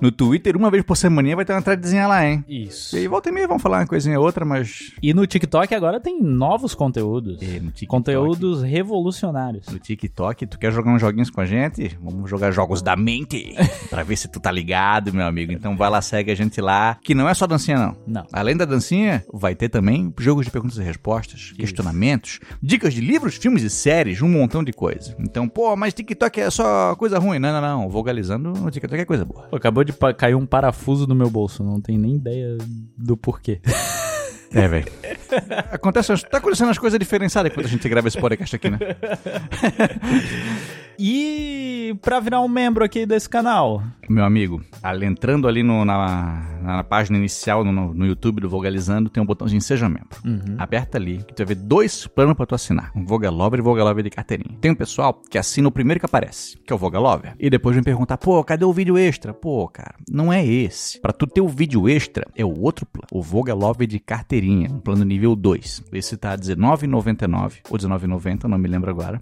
[SPEAKER 1] No Twitter, uma vez por semana vai ter uma threadzinha lá, hein?
[SPEAKER 2] Isso.
[SPEAKER 1] E aí volta e meia vão falar uma coisinha ou outra, mas...
[SPEAKER 2] E no TikTok agora tem novos conteúdos.
[SPEAKER 1] É, no TikTok.
[SPEAKER 2] Conteúdos revolucionários.
[SPEAKER 1] No TikTok, tu quer jogar uns joguinhos com a gente? Vamos jogar jogos da mente. pra ver se tu tá ligado, meu amigo. Então vai lá, segue a gente lá. Que não é só dancinha, não.
[SPEAKER 2] Não.
[SPEAKER 1] Além da dancinha, vai ter também jogos de perguntas e respostas, questionamentos, dicas de livros, filmes e séries, um montão de coisa. Então, pô, mas TikTok é só coisa ruim. Não, não, não. Vogalizando no TikTok é coisa boa.
[SPEAKER 2] Pô, acabou de pa- cair um parafuso no meu bolso, não tem nem ideia do porquê.
[SPEAKER 1] É, velho. Acontece, tá acontecendo as coisas diferenciadas quando a gente grava esse podcast aqui, né?
[SPEAKER 2] E pra virar um membro aqui desse canal,
[SPEAKER 1] Meu amigo, ali- entrando ali no- na, na página inicial no- no, no YouTube do Vogalizando, tem um botãozinho Seja Membro. Aperta ali, que tu vai ver dois planos pra tu assinar. Um Vogalover e Vogalover de carteirinha. Tem um pessoal que assina o primeiro que aparece, que é o Vogalover. E depois vem perguntar, pô, cadê o vídeo extra? Pô, cara, não é esse. Pra tu ter o vídeo extra, é o outro plano. O Vogalover de carteirinha, um plano nível 2. Esse tá R$19,99 ou R$19,90, não me lembro agora.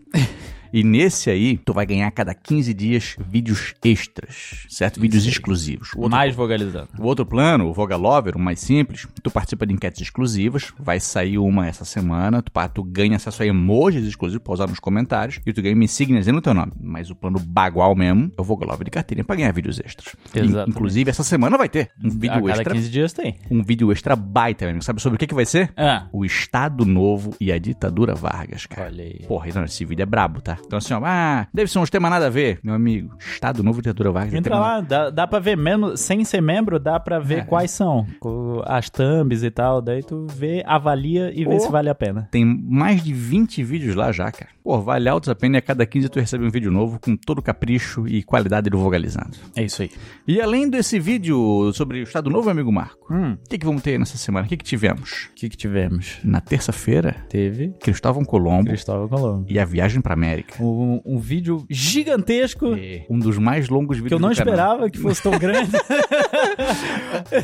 [SPEAKER 1] E nesse aí, tu vai ganhar a cada 15 dias vídeos extras, certo? Vídeos exclusivos. O outro,
[SPEAKER 2] mais vogalizando.
[SPEAKER 1] o outro plano, o Vogalover, o mais simples, tu participa de enquetes exclusivas, vai sair uma essa semana, tu, pa- tu ganha acesso a emojis exclusivos pra usar nos comentários, e tu ganha insígnias no teu nome. Mas o plano bagual mesmo é o Vogalover de carteirinha pra ganhar vídeos extras. E,
[SPEAKER 2] Exatamente.
[SPEAKER 1] inclusive, essa semana vai ter um
[SPEAKER 2] A
[SPEAKER 1] vídeo
[SPEAKER 2] cada
[SPEAKER 1] extra.
[SPEAKER 2] 15 dias tem.
[SPEAKER 1] Um vídeo extra baita, meu amigo. Sabe sobre o que, que vai ser?
[SPEAKER 2] Ah,
[SPEAKER 1] O Estado Novo e a ditadura Vargas, cara.
[SPEAKER 2] olha aí.
[SPEAKER 1] Porra, então, esse vídeo é brabo, tá? Então assim, ó, ah, deve ser uns temas nada a ver, meu amigo. Estado Novo e Ditadura Vargas. é
[SPEAKER 2] Entra
[SPEAKER 1] tema-
[SPEAKER 2] lá, dá, dá pra ver mesmo, sem ser membro, dá pra ver quais são co- as thumbs e tal, daí tu vê, avalia e vê
[SPEAKER 1] Oh.
[SPEAKER 2] se vale a pena.
[SPEAKER 1] Tem mais de 20 vídeos lá já, cara. Pô, vale altos a pena e a cada 15 tu recebe um vídeo novo com todo o capricho e qualidade do Vogalizando.
[SPEAKER 2] É isso aí.
[SPEAKER 1] E além desse vídeo sobre o Estado Novo, meu amigo Marco,
[SPEAKER 2] Hum,
[SPEAKER 1] o que, que vamos ter aí nessa semana? O que, que tivemos?
[SPEAKER 2] o que que tivemos?
[SPEAKER 1] Na terça-feira,
[SPEAKER 2] Teve
[SPEAKER 1] Cristóvão Colombo
[SPEAKER 2] Cristóvão Colombo.
[SPEAKER 1] e a viagem pra América.
[SPEAKER 2] Um, um vídeo gigantesco
[SPEAKER 1] Um dos mais longos vídeos
[SPEAKER 2] É. que eu não
[SPEAKER 1] do canal.
[SPEAKER 2] esperava que fosse tão grande.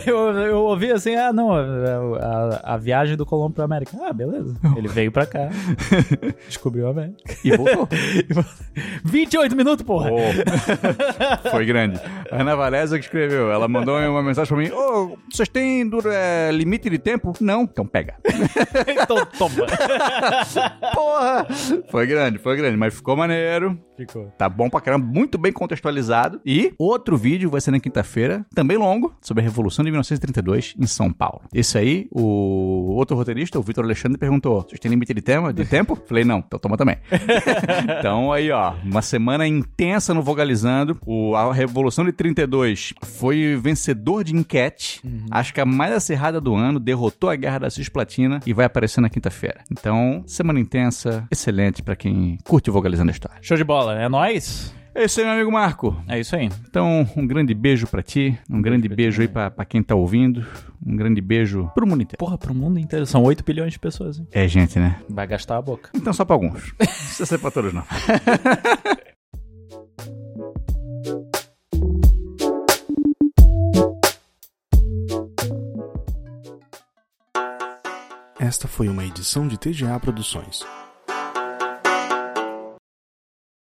[SPEAKER 2] eu, eu ouvi assim, ah, não, a, a- a viagem do Colombo pra América. Ah, beleza. Ele veio pra cá, descobriu a América.
[SPEAKER 1] E voltou.
[SPEAKER 2] 28 minutos, porra!
[SPEAKER 1] Oh. Foi grande. A Ana Valésia que escreveu. Ela mandou uma mensagem pra mim. Ô, vocês têm dura- é, limite de tempo? Não. Então pega.
[SPEAKER 2] então toma!
[SPEAKER 1] Porra! Foi grande, foi grande. Mas ficou maneiro.
[SPEAKER 2] Ficou.
[SPEAKER 1] Tá bom pra caramba. Muito bem contextualizado. E outro vídeo vai ser na quinta-feira, também longo, sobre a Revolução de 1932 em São Paulo. Esse aí, o outro roteirista, o Vitor Alexandre, perguntou. Vocês têm limite de, tema, de tempo? Falei, não. Então toma também. Então aí, ó, uma semana intensa no Vogalizando. O, a Revolução de 32 foi vencedor de enquete. Acho que a mais acirrada do ano, derrotou a Guerra da Cisplatina e vai aparecer na quinta-feira. Então, semana intensa, excelente pra quem curte o Vogalizando a História.
[SPEAKER 2] Show de bola, é nóis?
[SPEAKER 1] É isso aí, meu amigo Marco.
[SPEAKER 2] É isso aí.
[SPEAKER 1] Então, um grande beijo pra ti, um grande beijo aí pra, pra quem tá ouvindo, um grande beijo pro mundo inteiro.
[SPEAKER 2] Porra, pro mundo inteiro, são 8 bilhões de pessoas, hein?
[SPEAKER 1] É gente, né?
[SPEAKER 2] Vai gastar a boca.
[SPEAKER 1] Então só pra alguns. Não precisa ser pra todos, não.
[SPEAKER 3] Esta foi uma edição de TGA Produções.